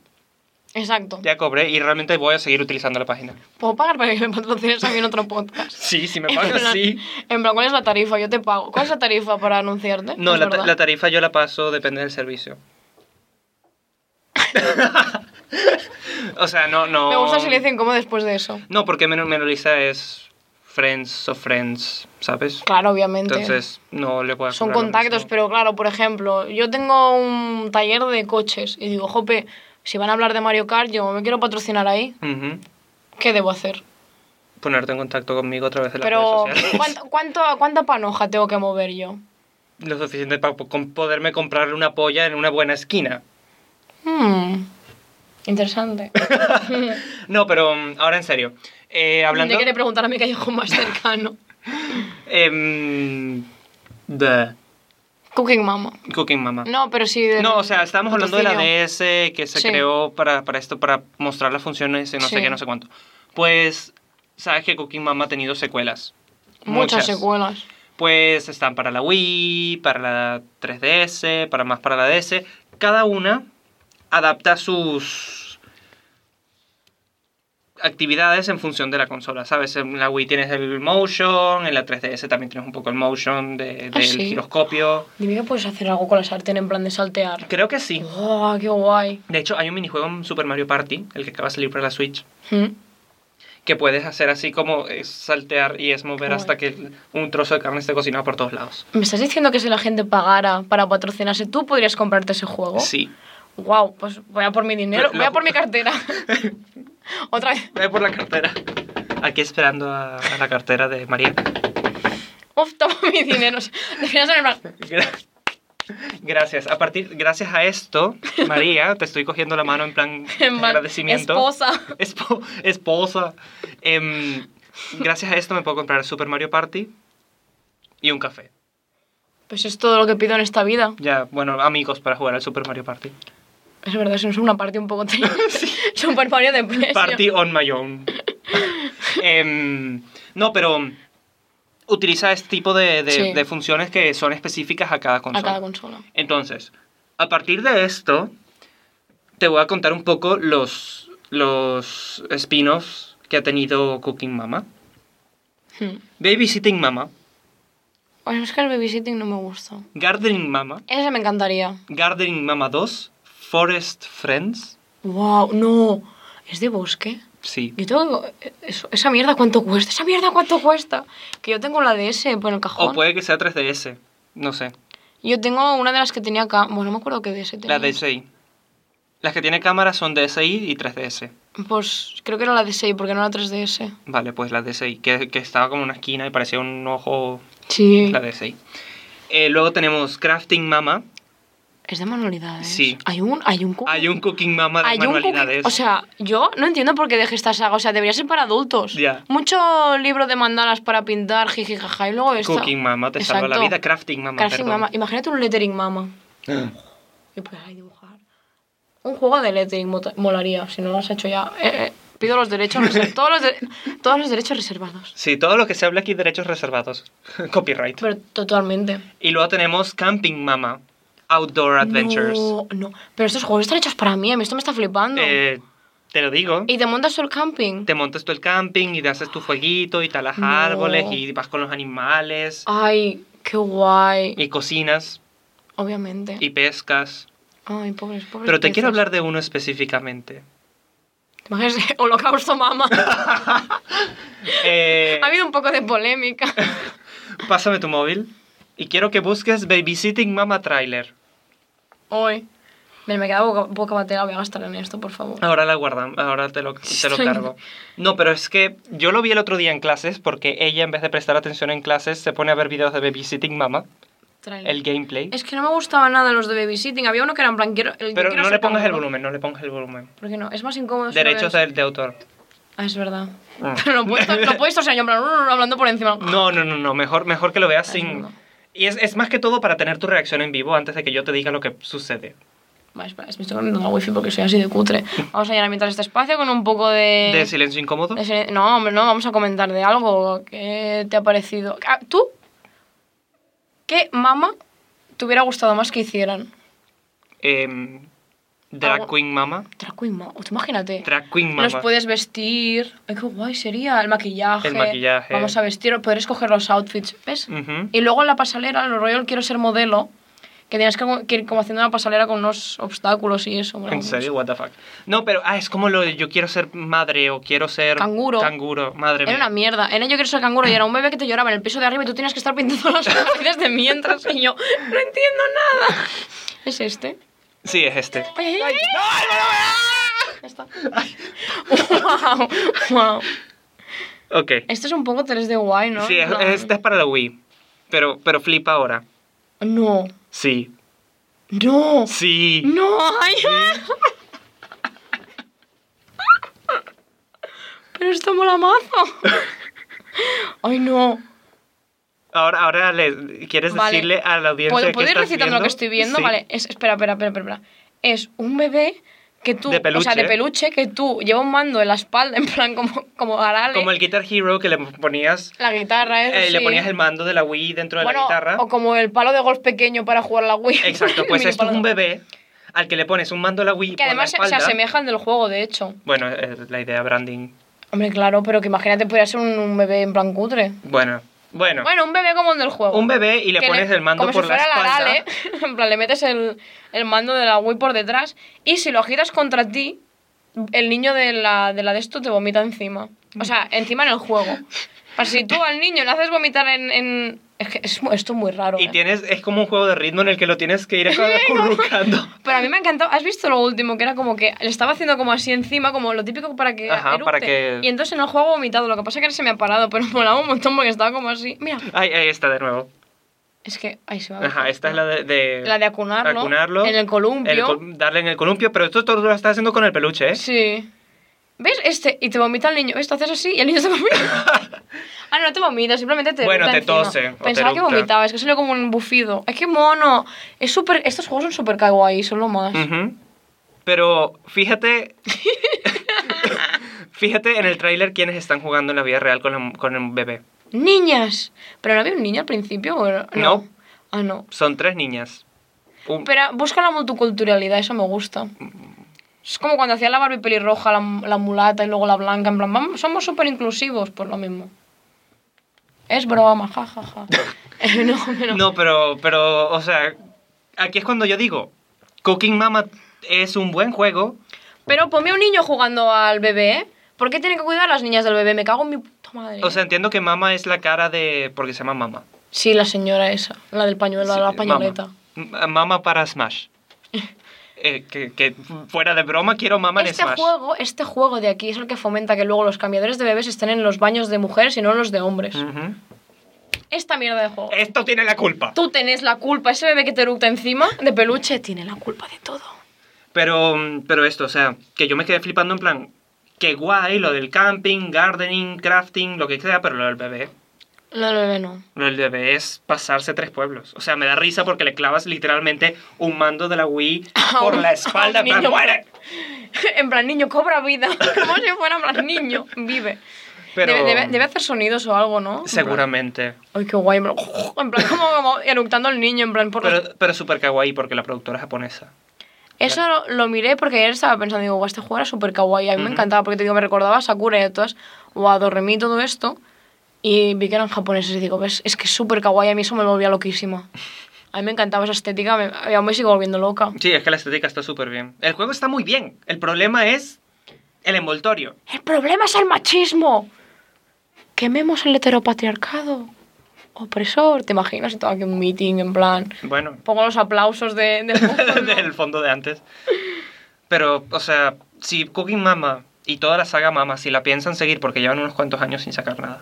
S1: Exacto.
S2: ya cobré y realmente voy a seguir utilizando la página.
S1: ¿Puedo pagar para que me patrocines también otro podcast?
S2: Sí, si me
S1: en
S2: pagas,
S1: plan,
S2: sí.
S1: En plan, ¿cuál es la tarifa? Yo te pago. ¿Cuál es la tarifa para anunciarte?
S2: No,
S1: Es
S2: la, ta-
S1: verdad.
S2: la tarifa yo la paso, depende del servicio. o sea, no, no.
S1: Me gusta si le dicen cómo después de eso.
S2: No, porque men- Menoriza es friends of friends, ¿sabes?
S1: Claro, obviamente.
S2: Entonces, no le puedo
S1: Son
S2: cobrar lo
S1: contactos,
S2: mismo.
S1: pero claro, por ejemplo, yo tengo un taller de coches y digo, jope, si van a hablar de Mario Kart, yo me quiero patrocinar ahí.
S2: Ujú.
S1: ¿Qué debo hacer?
S2: Ponerte en contacto conmigo a través de las
S1: Pero,
S2: redes sociales.
S1: ¿cuánto, cuánto, ¿cuánta panoja tengo que mover yo?
S2: Lo suficiente para poderme comprar una polla en una buena esquina.
S1: Hmm, Interesante.
S2: No, pero mm, ahora en serio. Eh, hablando.
S1: Le quiere preguntar a mi callejo más cercano.
S2: em, de
S1: Cooking Mama.
S2: Cooking Mama.
S1: No, pero sí de...
S2: No, o sea, estábamos hablando de la
S1: patrocinio.
S2: DS que se
S1: Sí.
S2: creó para, para esto, para mostrar las funciones y no sé
S1: Sí.
S2: qué, no sé cuánto. Pues, sabes que Cooking Mama ha tenido secuelas.
S1: Muchas secuelas.
S2: Pues están para la Wii, para la 3DS, para más para la DS. Cada una adapta sus actividades en función de la consola, ¿sabes? En la Wii tienes el motion, en la 3DS también tienes un poco el motion de- del
S1: Ah, sí.
S2: giroscopio.
S1: Dime que puedes hacer algo con la sartén en plan de saltear.
S2: Creo que sí.
S1: ¡Oh, qué guay!
S2: De hecho, hay un minijuego en Super Mario Party, el que acaba de salir para la Switch,
S1: Hmm.
S2: que puedes hacer así como es saltear y es mover
S1: Qué
S2: hasta que un trozo de carne esté cocinado por todos lados.
S1: ¿Me estás diciendo que si la gente pagara para patrocinarse, tú podrías comprarte ese juego?
S2: Sí.
S1: Wow, pues voy a por mi dinero,
S2: Lo-
S1: voy a por mi cartera. Otra vez.
S2: Ve por la cartera. Aquí esperando a, a la cartera de María.
S1: Uf, toma mi dinero. Al final se me va-
S2: Gra- Gracias. A partir, gracias a esto, María, te estoy cogiendo la mano en plan
S1: en plan,
S2: agradecimiento.
S1: Esposa.
S2: Espo- esposa. Em, gracias a esto me puedo comprar Super Mario Party y un café.
S1: Pues es todo lo que pido en esta vida.
S2: Ya, bueno, amigos para jugar al Super Mario Party.
S1: Es verdad, eso es una parte un poco triste. Super Mario de precio.
S2: Party on my own. Em, no, pero utiliza este tipo de, de-
S1: Sí.
S2: de funciones que son específicas a cada consola.
S1: A cada consola.
S2: Entonces, a partir de esto, te voy a contar un poco los, los spin-offs que ha tenido Cooking Mama.
S1: Hmm.
S2: Babysitting Mama,
S1: Pues es que el babysitting no me gusta.
S2: Gardening Mama,
S1: Ese me encantaría.
S2: Gardening Mama 2, Forest Friends.
S1: Wow, no. ¿Es de bosque?
S2: Sí.
S1: Yo tengo... eso- esa mierda cuánto cuesta. Esa mierda cuánto cuesta. Que yo tengo la DS por el cajón.
S2: O puede que sea 3DS, no sé.
S1: Yo tengo una de las que tenía acá. Bueno, no me acuerdo qué DS tenía.
S2: La DSi. Las que tiene cámara son DSi y 3DS.
S1: Pues creo que era la DSi porque no la 3DS.
S2: Vale, pues la DSi, que, que estaba como en una esquina y parecía un ojo,
S1: Sí.
S2: la DSi. Eh, luego tenemos Crafting Mama.
S3: Es de manualidades.
S2: Sí.
S3: Hay un, hay un, co-
S2: Hay un Cooking Mama de
S1: Uh. Hay un
S2: manualidades.
S1: cookie- O sea, yo no entiendo por qué dejé esta saga. O sea, debería ser para adultos.
S2: Ya.
S1: Mucho libro de mandalas para pintar, jiji, jaja, y luego esta.
S2: Cooking Mama te salva la
S1: pues Exacto.
S2: vida. Crafting Mama,
S1: Crafting
S2: perdón.
S1: mama. Imagínate un lettering mama. Y pues ahí dibujar. Un juego de lettering mota- molaría, si no lo has hecho ya. Eh, eh, pido los derechos, reser- todos, los de- todos los derechos reservados.
S2: Sí, todo lo que se habla aquí, derechos reservados. Copyright.
S1: Pero totalmente.
S2: Y luego tenemos Camping Mama. Outdoor Adventures.
S1: No, no. Pero estos juegos están hechos para mí, a mí esto me está flipando.
S2: Eh, te lo digo.
S1: ¿Y te montas tú el camping?
S2: Te montas tú el camping y te haces tu fueguito y talas
S1: No.
S2: árboles y vas con los animales
S1: Ay, qué guay.
S2: y cocinas
S1: Obviamente.
S2: y pescas.
S1: Ay, pobres, pobres.
S2: Pero te quiero
S1: peces.
S2: hablar de uno específicamente.
S1: ¿Te imaginas? Holocausto mama.
S2: Eh,
S1: ha habido un poco de polémica.
S2: pásame tu móvil y quiero que busques Babysitting Mama Trailer.
S1: Hoy. Me, me queda boca, boca batera, voy a gastar en esto, por favor.
S2: Ahora la guardan, ahora te lo, te lo
S1: Estoy-
S2: cargo. No, pero es que yo lo vi el otro día en clases porque ella en vez de prestar atención en clases se pone a ver videos de Babysitting Mama,
S1: Trailer.
S2: el gameplay.
S1: Es que no me gustaban nada los de babysitting. Había uno que era en plan, quiero. el- yo
S2: Pero
S1: quiero
S2: no
S1: ser
S2: le pongas el
S1: canguro.
S2: volumen, no le pongas el volumen.
S1: ¿Por qué no? Es más incómodo. si lo
S2: Derechos
S1: ves.
S2: de, de autor.
S1: Ah, es verdad.
S2: Mm.
S1: Pero lo he puesto, lo he puesto, o sea, yo en plan, "Rrr", hablando por encima.
S2: No, no, no, no, mejor, mejor que lo veas
S1: Ay,
S2: sin...
S1: no.
S2: Y es, es más que todo para tener tu reacción en vivo antes de que yo te diga lo que sucede.
S1: Vale, espera, me estoy conectando a wifi porque soy así de cutre. Vamos a llenar mientras este espacio con un poco de...
S2: ¿De silencio incómodo?
S1: de silen- No, hombre, no, vamos a comentar de algo. ¿Qué te ha parecido? Ah, ¿Tú? ¿Qué mama te hubiera gustado más que hicieran?
S2: Em, drag
S1: Algo-
S2: Queen Mama.
S1: Drag queen mama. Ostras, imagínate.
S2: Drag Queen
S1: Los
S2: Mama.
S1: puedes vestir. Ay, qué guay sería. El maquillaje.
S2: El maquillaje.
S1: Vamos a vestir, poder escoger los outfits. ¿Ves?
S2: Ujú.
S1: Y luego en la pasarela, el rollo el quiero ser modelo, que tienes que, que ir como haciendo una pasarela con unos obstáculos y eso. bueno,
S2: En serio,
S1: pues.
S2: what the fuck. No, pero ah, es como lo de yo quiero ser madre o quiero ser
S1: Canguro.
S2: Canguro, madre
S1: Era
S2: mía.
S1: una mierda. En ello quiero ser canguro y era un bebé que te lloraba en el piso de arriba y tú tenías que estar pintando las paredes de mientras y yo no entiendo nada. ¿Es este?
S2: Sí, es este.
S1: Ay, ay, ay.
S2: ¡No,
S1: Ya está. wow, wow.
S2: no, no! Ok.
S1: Esto Este es un poco 3D guay, ¿no?
S2: sí, es-
S1: En plan-
S2: este es para la Wii. Pero, pero flipa ahora.
S1: No,
S2: Sí.
S1: no,
S2: Sí.
S1: no, ay. Pero esto mola mazo. Ay, no.
S2: Ahora, ahora le, ¿quieres
S1: Vale.
S2: decirle a la audiencia
S1: ¿Puedo,
S2: que
S1: ¿puedo ir
S2: estás
S1: recitando
S2: viendo?
S1: lo que estoy viendo?
S2: Sí.
S1: Vale, es- espera, espera, espera, espera. Es un bebé que tú,
S2: De
S1: o sea, de
S2: peluche.
S1: peluche, que tú lleva un mando en la espalda, en plan como, como Arale,
S2: Como el Guitar Hero que le ponías,
S1: la guitarra, eso
S2: eh, le
S1: sí.
S2: ponías el mando de la Wii dentro de
S1: bueno,
S2: la guitarra.
S1: o como el palo de golf pequeño para jugar a la Wii.
S2: Exacto,
S1: El
S2: pues
S1: mini
S2: esto es
S1: palo
S2: un
S1: de-
S2: bebé al que le pones un mando a la Wii
S1: Que
S2: por
S1: además se,
S2: la
S1: se
S2: espalda.
S1: asemeja al del juego, de hecho.
S2: Bueno, eh, la idea branding.
S1: Hombre, claro, pero que imagínate, podría ser un, un bebé en plan cutre.
S2: Bueno, bueno.
S1: Bueno, un bebé como el del juego.
S2: un bebé y le
S1: que
S2: pones el mando
S1: como
S2: por
S1: si
S2: la
S1: fuera
S2: espalda.
S1: Arale, en plan, le metes el, el mando de la Wii por detrás y si lo giras contra ti, el niño de la de, la de esto te vomita encima. O sea, encima en el juego. Pero si tú al niño le haces vomitar en... en- Es que es mu- esto es muy raro.
S2: Y
S1: eh.
S2: tienes, es como un juego de ritmo en el que lo tienes que ir acurrucando.
S1: Pero a mí me ha encantado. ¿Has visto lo último? Que era como que le estaba haciendo como así encima, como lo típico para que.
S2: Ajá, para
S1: eructe.
S2: que-
S1: Y entonces en el juego ha vomitado. Lo que pasa es que ahora se me ha parado, pero molaba un montón porque estaba como así. Mira,
S2: Ay, ahí está de nuevo.
S1: es que. Ahí se va. a
S2: Ajá,
S1: ver.
S2: esta es la de... de-
S1: La de acunarlo.
S2: acunarlo,
S1: En el columpio.
S2: el col- darle en el columpio, pero esto todo lo estás haciendo con el peluche, ¿eh?
S1: Sí. ¿Ves? Este. Y te vomita el niño. Esto haces así y el niño se vomita. ah, no te vomita, simplemente te.
S2: Bueno,
S1: eructa
S2: te
S1: encima.
S2: tose o te
S1: Pensaba que
S2: eructa.
S1: vomitaba, es que salió como un bufido. ¡Ay, qué mono! Es súper. Estos juegos son súper kawaii, son lo más.
S2: Ujú. Pero fíjate... fíjate en el tráiler quiénes están jugando en la vida real con, la- con el bebé.
S1: ¡Niñas! ¿Pero no había un niño al principio? ¿O era-
S2: No.
S1: Ah, no.
S2: Son tres niñas. Un-
S1: Pero busca la multiculturalidad, eso me gusta. Es como cuando hacía la Barbie pelirroja, la, la mulata y luego la blanca, en plan, vamos, somos súper inclusivos, pues lo mismo. Es broma, jajaja. Eh, no, no.
S2: No, pero, pero, o sea, aquí es cuando yo digo, Cooking Mama es un buen juego.
S1: Pero ponme un niño jugando al bebé, ¿eh? ¿Por qué tienen que cuidar las niñas del bebé? Me cago en mi puta madre. eh.
S2: O sea, entiendo que Mama es la cara de... porque se llama Mama.
S1: sí, la señora esa, la del pañuelo, la
S2: Sí,
S1: pañoleta.
S2: Mama. M- Mama para Smash. Eh, que, que fuera de broma quiero Mama en
S1: Este
S2: Smash.
S1: juego, este juego de aquí es el que fomenta que luego los cambiadores de bebés estén en los baños de mujeres y no en los de hombres.
S2: Ujú.
S1: Esta mierda de juego.
S2: Esto tiene la culpa.
S1: Tú tenés la culpa, ese bebé que te eructa encima de peluche tiene la culpa de todo.
S2: Pero, mm, pero esto, o sea, que yo me quedé flipando en plan, que guay lo del camping, gardening, crafting, lo que sea, pero lo del bebé.
S1: No, no, no, no.
S2: Lo del bebé es pasarse tres pueblos. O sea, me da risa porque le clavas literalmente un mando de la Wii por la espalda. en plan,
S1: Niño.
S2: "Muere".
S1: En plan, niño, cobra vida. Como si fuera en plan, niño, vive.
S2: Pero
S1: Debe, debe- debe hacer sonidos o algo, ¿no? En
S2: seguramente.
S1: plan, Ay, qué guay. En plan, en plan, como, como eructando el niño, en plan, por
S2: Pero,
S1: los-
S2: pero súper kawaii porque la productora es japonesa.
S1: Eso lo, lo miré porque ayer estaba pensando, digo, guau, este juego era súper kawaii. A mí me
S2: Ujú.
S1: encantaba porque te digo, me recordaba a Sakura y a todas, o a Doremi, todo esto. Y vi que eran japoneses y digo, ves, es que es súper kawaii. A mí eso me volvía loquísima. A mí me encantaba esa estética, me, y aún me sigo volviendo loca.
S2: Sí, es que la estética está súper bien. El juego está muy bien. El problema es el envoltorio.
S3: El problema es el machismo. Quememos el heteropatriarcado.
S1: opresor, ¿te imaginas? Y todo aquí un meeting en plan...
S2: Bueno,
S1: Pongo los aplausos de... de-
S2: del fondo de antes. Pero, o sea, si Cooking Mama y toda la saga Mama, si la piensan seguir, porque llevan unos cuantos años sin sacar nada,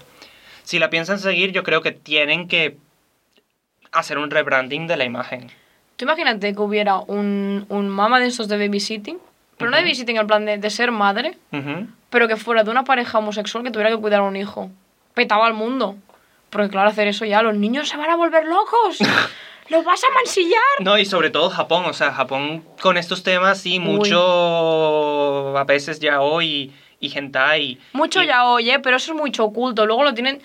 S2: si la piensan seguir, yo creo que tienen que hacer un rebranding de la imagen.
S1: Tú imagínate que hubiera un, un mama de estos de babysitting, pero no de
S2: Ujú.
S1: babysitting en plan de, de ser madre,
S2: Ujú.
S1: pero que fuera de una pareja homosexual que tuviera que cuidar a un hijo. Petaba al mundo. Porque claro, hacer eso ya, los niños se van a volver locos. ¿Nos vas a mansillar?
S2: No, y sobre todo Japón, o sea, Japón con estos temas, sí, mucho a veces ya hoy y hentai.
S1: Mucho
S2: y-
S1: ya oye, pero eso es mucho oculto. Luego lo tienen.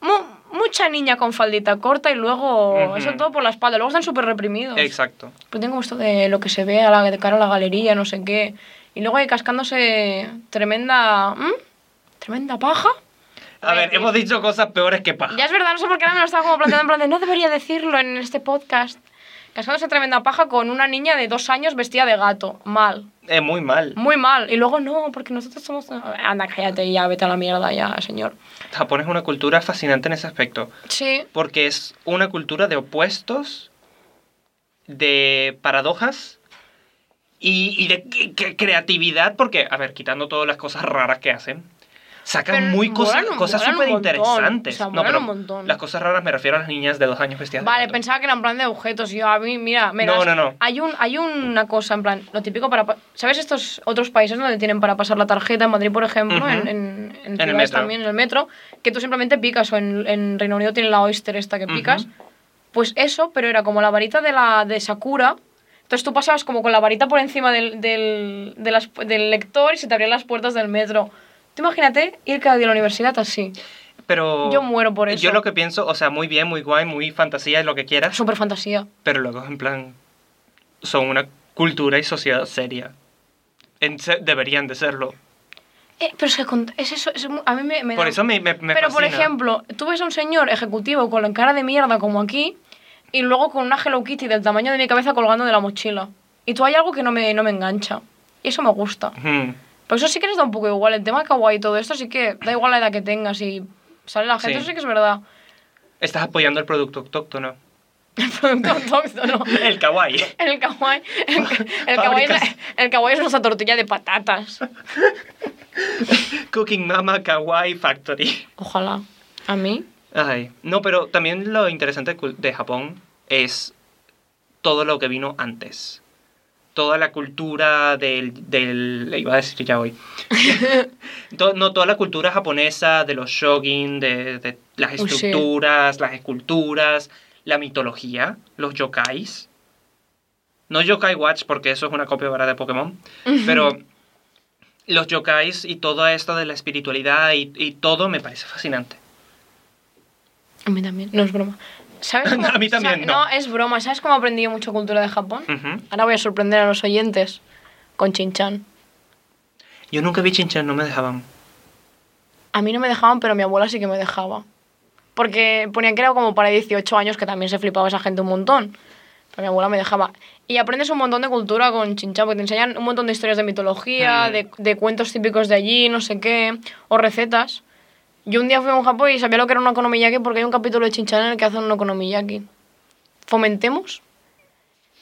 S1: mu- mucha niña con faldita corta y luego.
S2: Ujú.
S1: Eso todo por la espalda. Luego están súper reprimidos.
S2: Exacto.
S1: Pues tengo esto de lo que se ve a la, de cara a la galería, no sé qué. Y luego ahí cascándose tremenda. ¿m? ¿Tremenda paja?
S2: A ver, eh, hemos dicho cosas peores que paja.
S1: Ya es verdad, no sé por qué ahora me lo estaba como planteando en plan de no debería decirlo en este podcast. Cascándose tremenda paja con una niña de dos años vestida de gato. Mal.
S2: Es muy mal.
S1: Muy mal. Y luego no, porque nosotros somos. Anda, cállate ya, vete a la mierda ya, señor.
S2: Japón es una cultura fascinante en ese aspecto,
S1: Sí.
S2: porque es una cultura de opuestos, de paradojas y, y de cre- cre- creatividad, porque, a ver, quitando todas las cosas raras que hacen, sacan
S1: Pero
S2: muy cosas,
S1: molan un-
S2: cosas
S1: molan un
S2: súper interesantes.
S1: montón, o sea,
S2: no,
S1: molan
S2: pero
S1: un montón.
S2: las cosas raras me refiero a las niñas de dos años vestidas. de
S1: Vale,
S2: gato.
S1: pensaba que era en plan de objetos. y Yo a mí, mira, me
S2: No,
S1: das-
S2: no, no.
S1: Hay, un, hay una cosa, en plan, lo típico para. pa- ¿Sabes estos otros países donde tienen para pasar la tarjeta? En Madrid, por ejemplo,
S2: Ujú.
S1: en, en, en
S2: el
S1: ciudades
S2: metro.
S1: también, en el metro, que tú simplemente picas, o en, en Reino Unido tienen la Oyster esta que
S2: Ujú.
S1: picas. Pues eso, pero era como la varita de, la, de Sakura. Entonces tú pasabas como con la varita por encima del, del, de las- del lector y se te abrían las puertas del metro. Tú imagínate ir cada día a la universidad así.
S2: Pero
S1: Yo muero por eso.
S2: Yo lo que pienso, o sea, muy bien, muy guay, muy fantasía, lo que quieras,
S1: Súper fantasía.
S2: pero luego en plan son una cultura y sociedad seria. En se- deberían de serlo.
S1: Eh, pero es que con- es eso, es mu- a mí me, me
S2: Por
S1: da-
S2: eso me, me, me
S1: Pero por
S2: fascina.
S1: ejemplo, tú ves a un señor ejecutivo con la cara de mierda como aquí y luego con una Hello Kitty del tamaño de mi cabeza colgando de la mochila. Y tú hay algo que no me, no me engancha. Y eso me gusta.
S2: Ujú.
S1: Pero eso sí que les da un poco igual. El tema kawaii y todo esto sí que da igual la edad que tengas y sale la gente.
S2: Sí.
S1: Eso sí que es verdad.
S2: Estás apoyando el producto autóctono.
S1: El producto autóctono.
S2: El kawaii.
S1: El kawaii, el, el kawaii es,
S2: Fábricas.
S1: el kawaii es nuestra tortilla de patatas.
S2: Cooking Mama Kawaii Factory.
S1: Ojalá. A mí.
S2: Ay. No, pero también lo interesante de cul- de Japón es todo lo que vino antes. Toda la cultura del... del le iba a decir ya hoy. To- no, toda la cultura japonesa de los shogun, de, de las
S1: Uy, sí.
S2: estructuras, las esculturas, la mitología, los yokais. No yokai watch porque eso es una copia barata de Pokémon. Pero los yokais y todo esto de la espiritualidad y, y todo me parece fascinante.
S3: A mí también.
S1: No es broma. ¿Sabes cómo-
S2: A mí también,
S1: sa-
S2: no.
S1: es broma. ¿Sabes cómo aprendí yo mucho cultura de Japón?
S2: Ujú.
S1: Ahora voy a sorprender a los oyentes con Chinchan.
S2: Yo nunca vi Chinchan, no me dejaban.
S1: A mí no me dejaban, pero mi abuela sí que me dejaba. Porque ponían que era como para 18 años, que también se flipaba esa gente un montón. Pero mi abuela me dejaba. Y aprendes un montón de cultura con Chinchan, porque te enseñan un montón de historias de mitología,
S2: Mm.
S1: de, de cuentos típicos de allí, no sé qué, o recetas. Yo un día fui a un Japón y sabía lo que era un okonomiyaki porque hay un capítulo de Chinchan en el que hacen un okonomiyaki. ¿Fomentemos?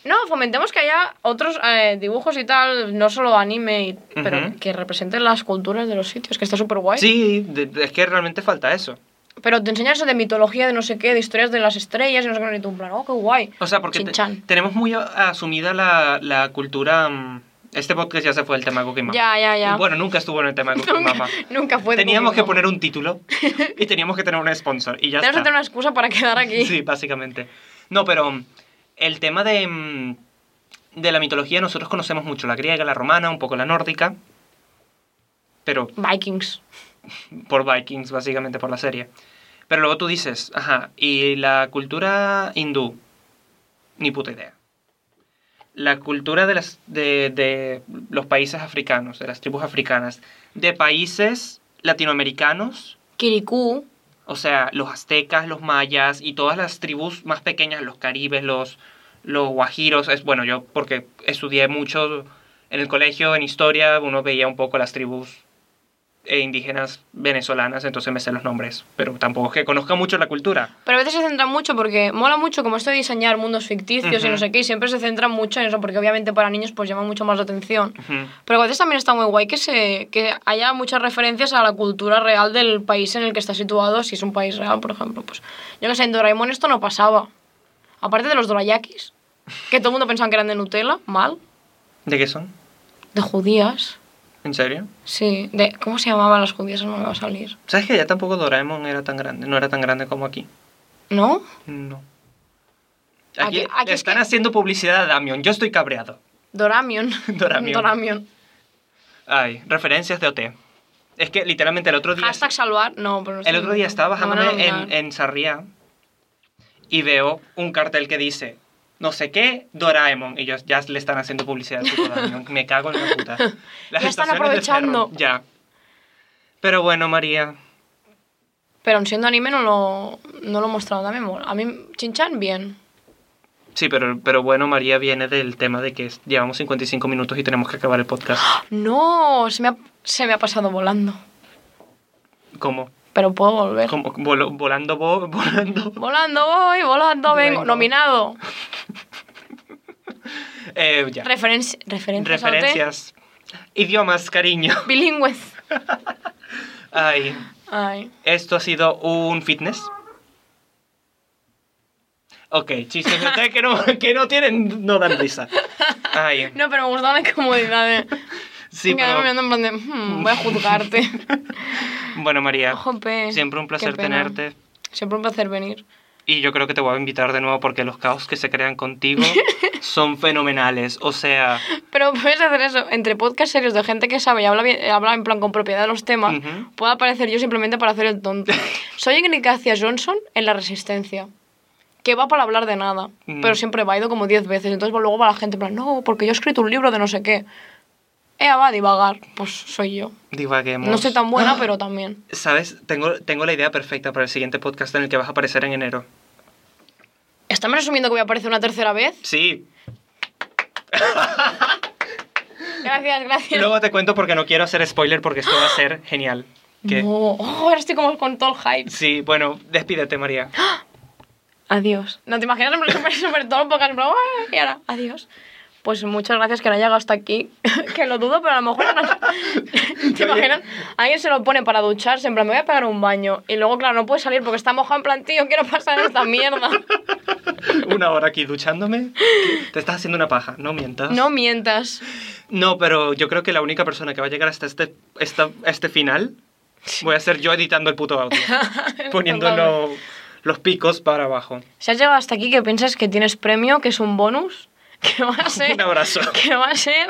S1: No, fomentemos que haya otros eh, dibujos y tal, no solo anime, y- pero
S2: Ujú.
S1: que representen las culturas de los sitios, que está súper guay.
S2: Sí, de- de- es que realmente falta eso.
S1: Pero te enseñan eso de mitología, de no sé qué, de historias de las estrellas y no sé qué, no, y tú en plan, oh, qué guay.
S2: O sea, porque te-
S1: Chinchan.
S2: tenemos muy a- asumida la, la cultura... mm, este podcast ya se fue del tema de Cooking Mama.
S1: Ya, ya, ya.
S2: Bueno, nunca estuvo en el tema de Cooking
S1: nunca,
S2: Mama.
S1: nunca fue de
S2: Teníamos que
S1: Pokémon.
S2: poner un título y teníamos que tener un sponsor y ya
S1: Tenemos que
S2: está.
S1: tener una excusa para quedar aquí.
S2: Sí, básicamente. No, pero mm, el tema de, mm, de la mitología nosotros conocemos mucho, la griega, la romana, un poco la nórdica, pero
S1: Vikings.
S2: por Vikings, básicamente, por la serie. Pero luego tú dices, ajá, y la cultura hindú, ni puta idea. La cultura de, las, de, de los países africanos, de las tribus africanas, de países latinoamericanos,
S1: Kirikú.
S2: o sea, los aztecas, los mayas y todas las tribus más pequeñas, los caribes, los, los guajiros. Es, bueno, yo porque estudié mucho en el colegio, en historia, uno veía un poco las tribus eh, indígenas venezolanas, entonces me sé los nombres, pero tampoco es que conozca mucho la cultura.
S1: Pero a veces se centran mucho porque mola mucho como esto de diseñar mundos ficticios y
S2: Ujú.
S1: no sé qué, y siempre se centran mucho en eso porque obviamente para niños pues llama mucho más la atención.
S2: Ujú.
S1: Pero a veces también está muy guay que, se, que haya muchas referencias a la cultura real del país en el que está situado, si es un país real, por ejemplo. Pues, yo que sé, en Doraemon esto no pasaba. Aparte de los dorayakis, que todo el mundo pensaba que eran de Nutella, mal.
S2: ¿De qué son?
S1: De judías,
S2: ¿En serio?
S1: sí. De, ¿Cómo se llamaban las judías? Eso No me va a salir.
S2: ¿Sabes que ya tampoco Doraemon era tan grande? No era tan grande como aquí.
S1: ¿No?
S2: No.
S1: Aquí-
S2: Aquí,
S1: aquí
S2: le
S1: es
S2: están
S1: que-
S2: haciendo publicidad a Damion. Yo estoy cabreado.
S1: Doramion.
S2: Doramion.
S1: Doramion.
S2: Ay, referencias de OT. Es que literalmente el otro día.
S1: Hashtag salvar. No, pero no
S2: El
S1: sé.
S2: otro día estaba
S1: Me van a
S2: bajándome en,
S1: nominar.
S2: en Sarriá y veo un cartel que dice no sé qué, Doraemon. Y yo, ya le están haciendo publicidad al puto Doraemon. Me cago en la puta. Las
S1: Ya están
S2: estaciones de
S1: aprovechando.
S2: ferro, Ya. Pero bueno, María.
S1: Pero aun siendo anime no lo, no lo he mostrado también. bueno, A mí, Chinchan, bien.
S2: Sí, pero, pero bueno, María viene del tema de que es- llevamos 55 minutos y tenemos que acabar el podcast.
S1: No, se me ha, se me ha pasado volando.
S2: ¿Cómo?
S1: Pero puedo volver.
S2: ¿Cómo? Volo- volando, vo- volando.
S1: Volando voy, volando vengo.
S2: Vengo.
S1: Nominado.
S2: Eh, ya.
S1: Referenci- referencias. a OT.
S2: Referencias. Idiomas, cariño.
S1: Bilingües.
S2: Ay.
S1: Ay.
S2: Esto ha sido un fitness. Ok, chistes de té que no, que no tienen, no dan risa. Ay,
S1: No, pero me gustaba la incomodidad de...
S2: sí,
S1: me quedaba
S2: pero,
S1: mirando en plan de, "Hmm, voy a juzgarte.
S2: bueno, María,
S1: Jope,
S2: siempre un
S1: qué
S2: placer
S1: pena.
S2: tenerte.
S1: Siempre un placer venir.
S2: Y yo creo que te voy a invitar de nuevo porque los caos que se crean contigo son fenomenales. O sea,
S1: Pero puedes hacer eso. Entre podcasts serios de gente que sabe y habla, bien- habla en plan con propiedad de los temas,
S2: Ujú.
S1: puedo aparecer yo simplemente para hacer el tonto. Soy Ignicacia Johnson en La Resistencia. Que va para hablar de nada.
S2: Mm.
S1: Pero siempre va, he ido como 10 veces. Entonces luego va la gente en plan, no, porque yo he escrito un libro de no sé qué. Ella va a divagar. Pues soy yo.
S2: divaguemos.
S1: No soy tan buena, pero también.
S2: ¿Sabes? Tengo, tengo la idea perfecta para el siguiente podcast en el que vas a aparecer en enero.
S1: ¿Estamos asumiendo que voy a aparecer una tercera vez?
S2: Sí,
S1: Gracias, gracias.
S2: luego te cuento porque no quiero hacer spoiler porque esto va a ser genial. Que-
S1: No, Oh, ahora estoy como con todo el hype.
S2: Sí, bueno, despídete, María.
S3: Adiós.
S1: No te imaginas, me lo super, super todo, porque en plan, "Uah", y ahora, adiós. Pues muchas gracias que no haya llegado hasta aquí. que lo dudo, pero a lo mejor. No. ¿Te imaginas? Alguien se lo pone para ducharse, en plan, me voy a pegar un baño. Y luego, claro, no puede salir porque está mojado, en plan, tío, quiero pasar esta mierda.
S2: Una hora aquí duchándome. Te estás haciendo una paja, no mientas.
S1: No mientas.
S2: No, pero yo creo que la única persona que va a llegar hasta este, esta- este final voy a ser yo editando el puto audio. poniéndolo los picos para abajo.
S1: Si has llegado hasta aquí, que piensas que tienes premio, que es un bonus, que va a ser.
S2: Un abrazo.
S1: Que va a ser.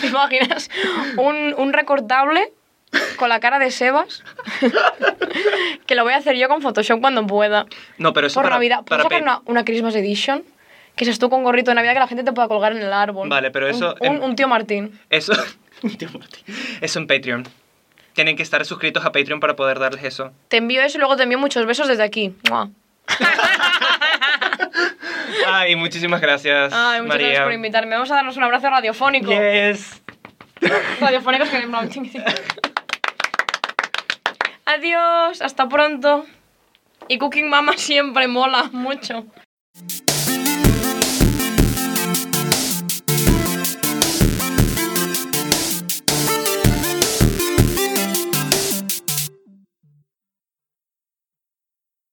S1: ¿Te imaginas? Un, un recortable con la cara de Sebas. que lo voy a hacer yo con Photoshop cuando pueda.
S2: No, pero eso
S1: Por
S2: para,
S1: Navidad.
S2: para
S1: ¿Puedes sacar
S2: Patreon.
S1: una, una Christmas Edition? Que seas tú con gorrito de Navidad que la gente te pueda colgar en el árbol.
S2: Vale, pero
S1: Un-
S2: eso
S1: Un,
S2: en-
S1: un tío Martín.
S2: Eso, Tío Martín. eso en Patreon. Tienen que estar suscritos a Patreon para poder darles eso.
S1: Te envío eso y luego te envío muchos besos desde aquí. ¡Mua!
S2: Ay, muchísimas gracias,
S1: Ay, muchas
S2: María.
S1: gracias por invitarme. Vamos a darnos un abrazo radiofónico.
S2: Yes.
S1: Radiofónicos que en plan, ching, ching. Adiós, hasta pronto. Y Cooking Mama siempre mola mucho.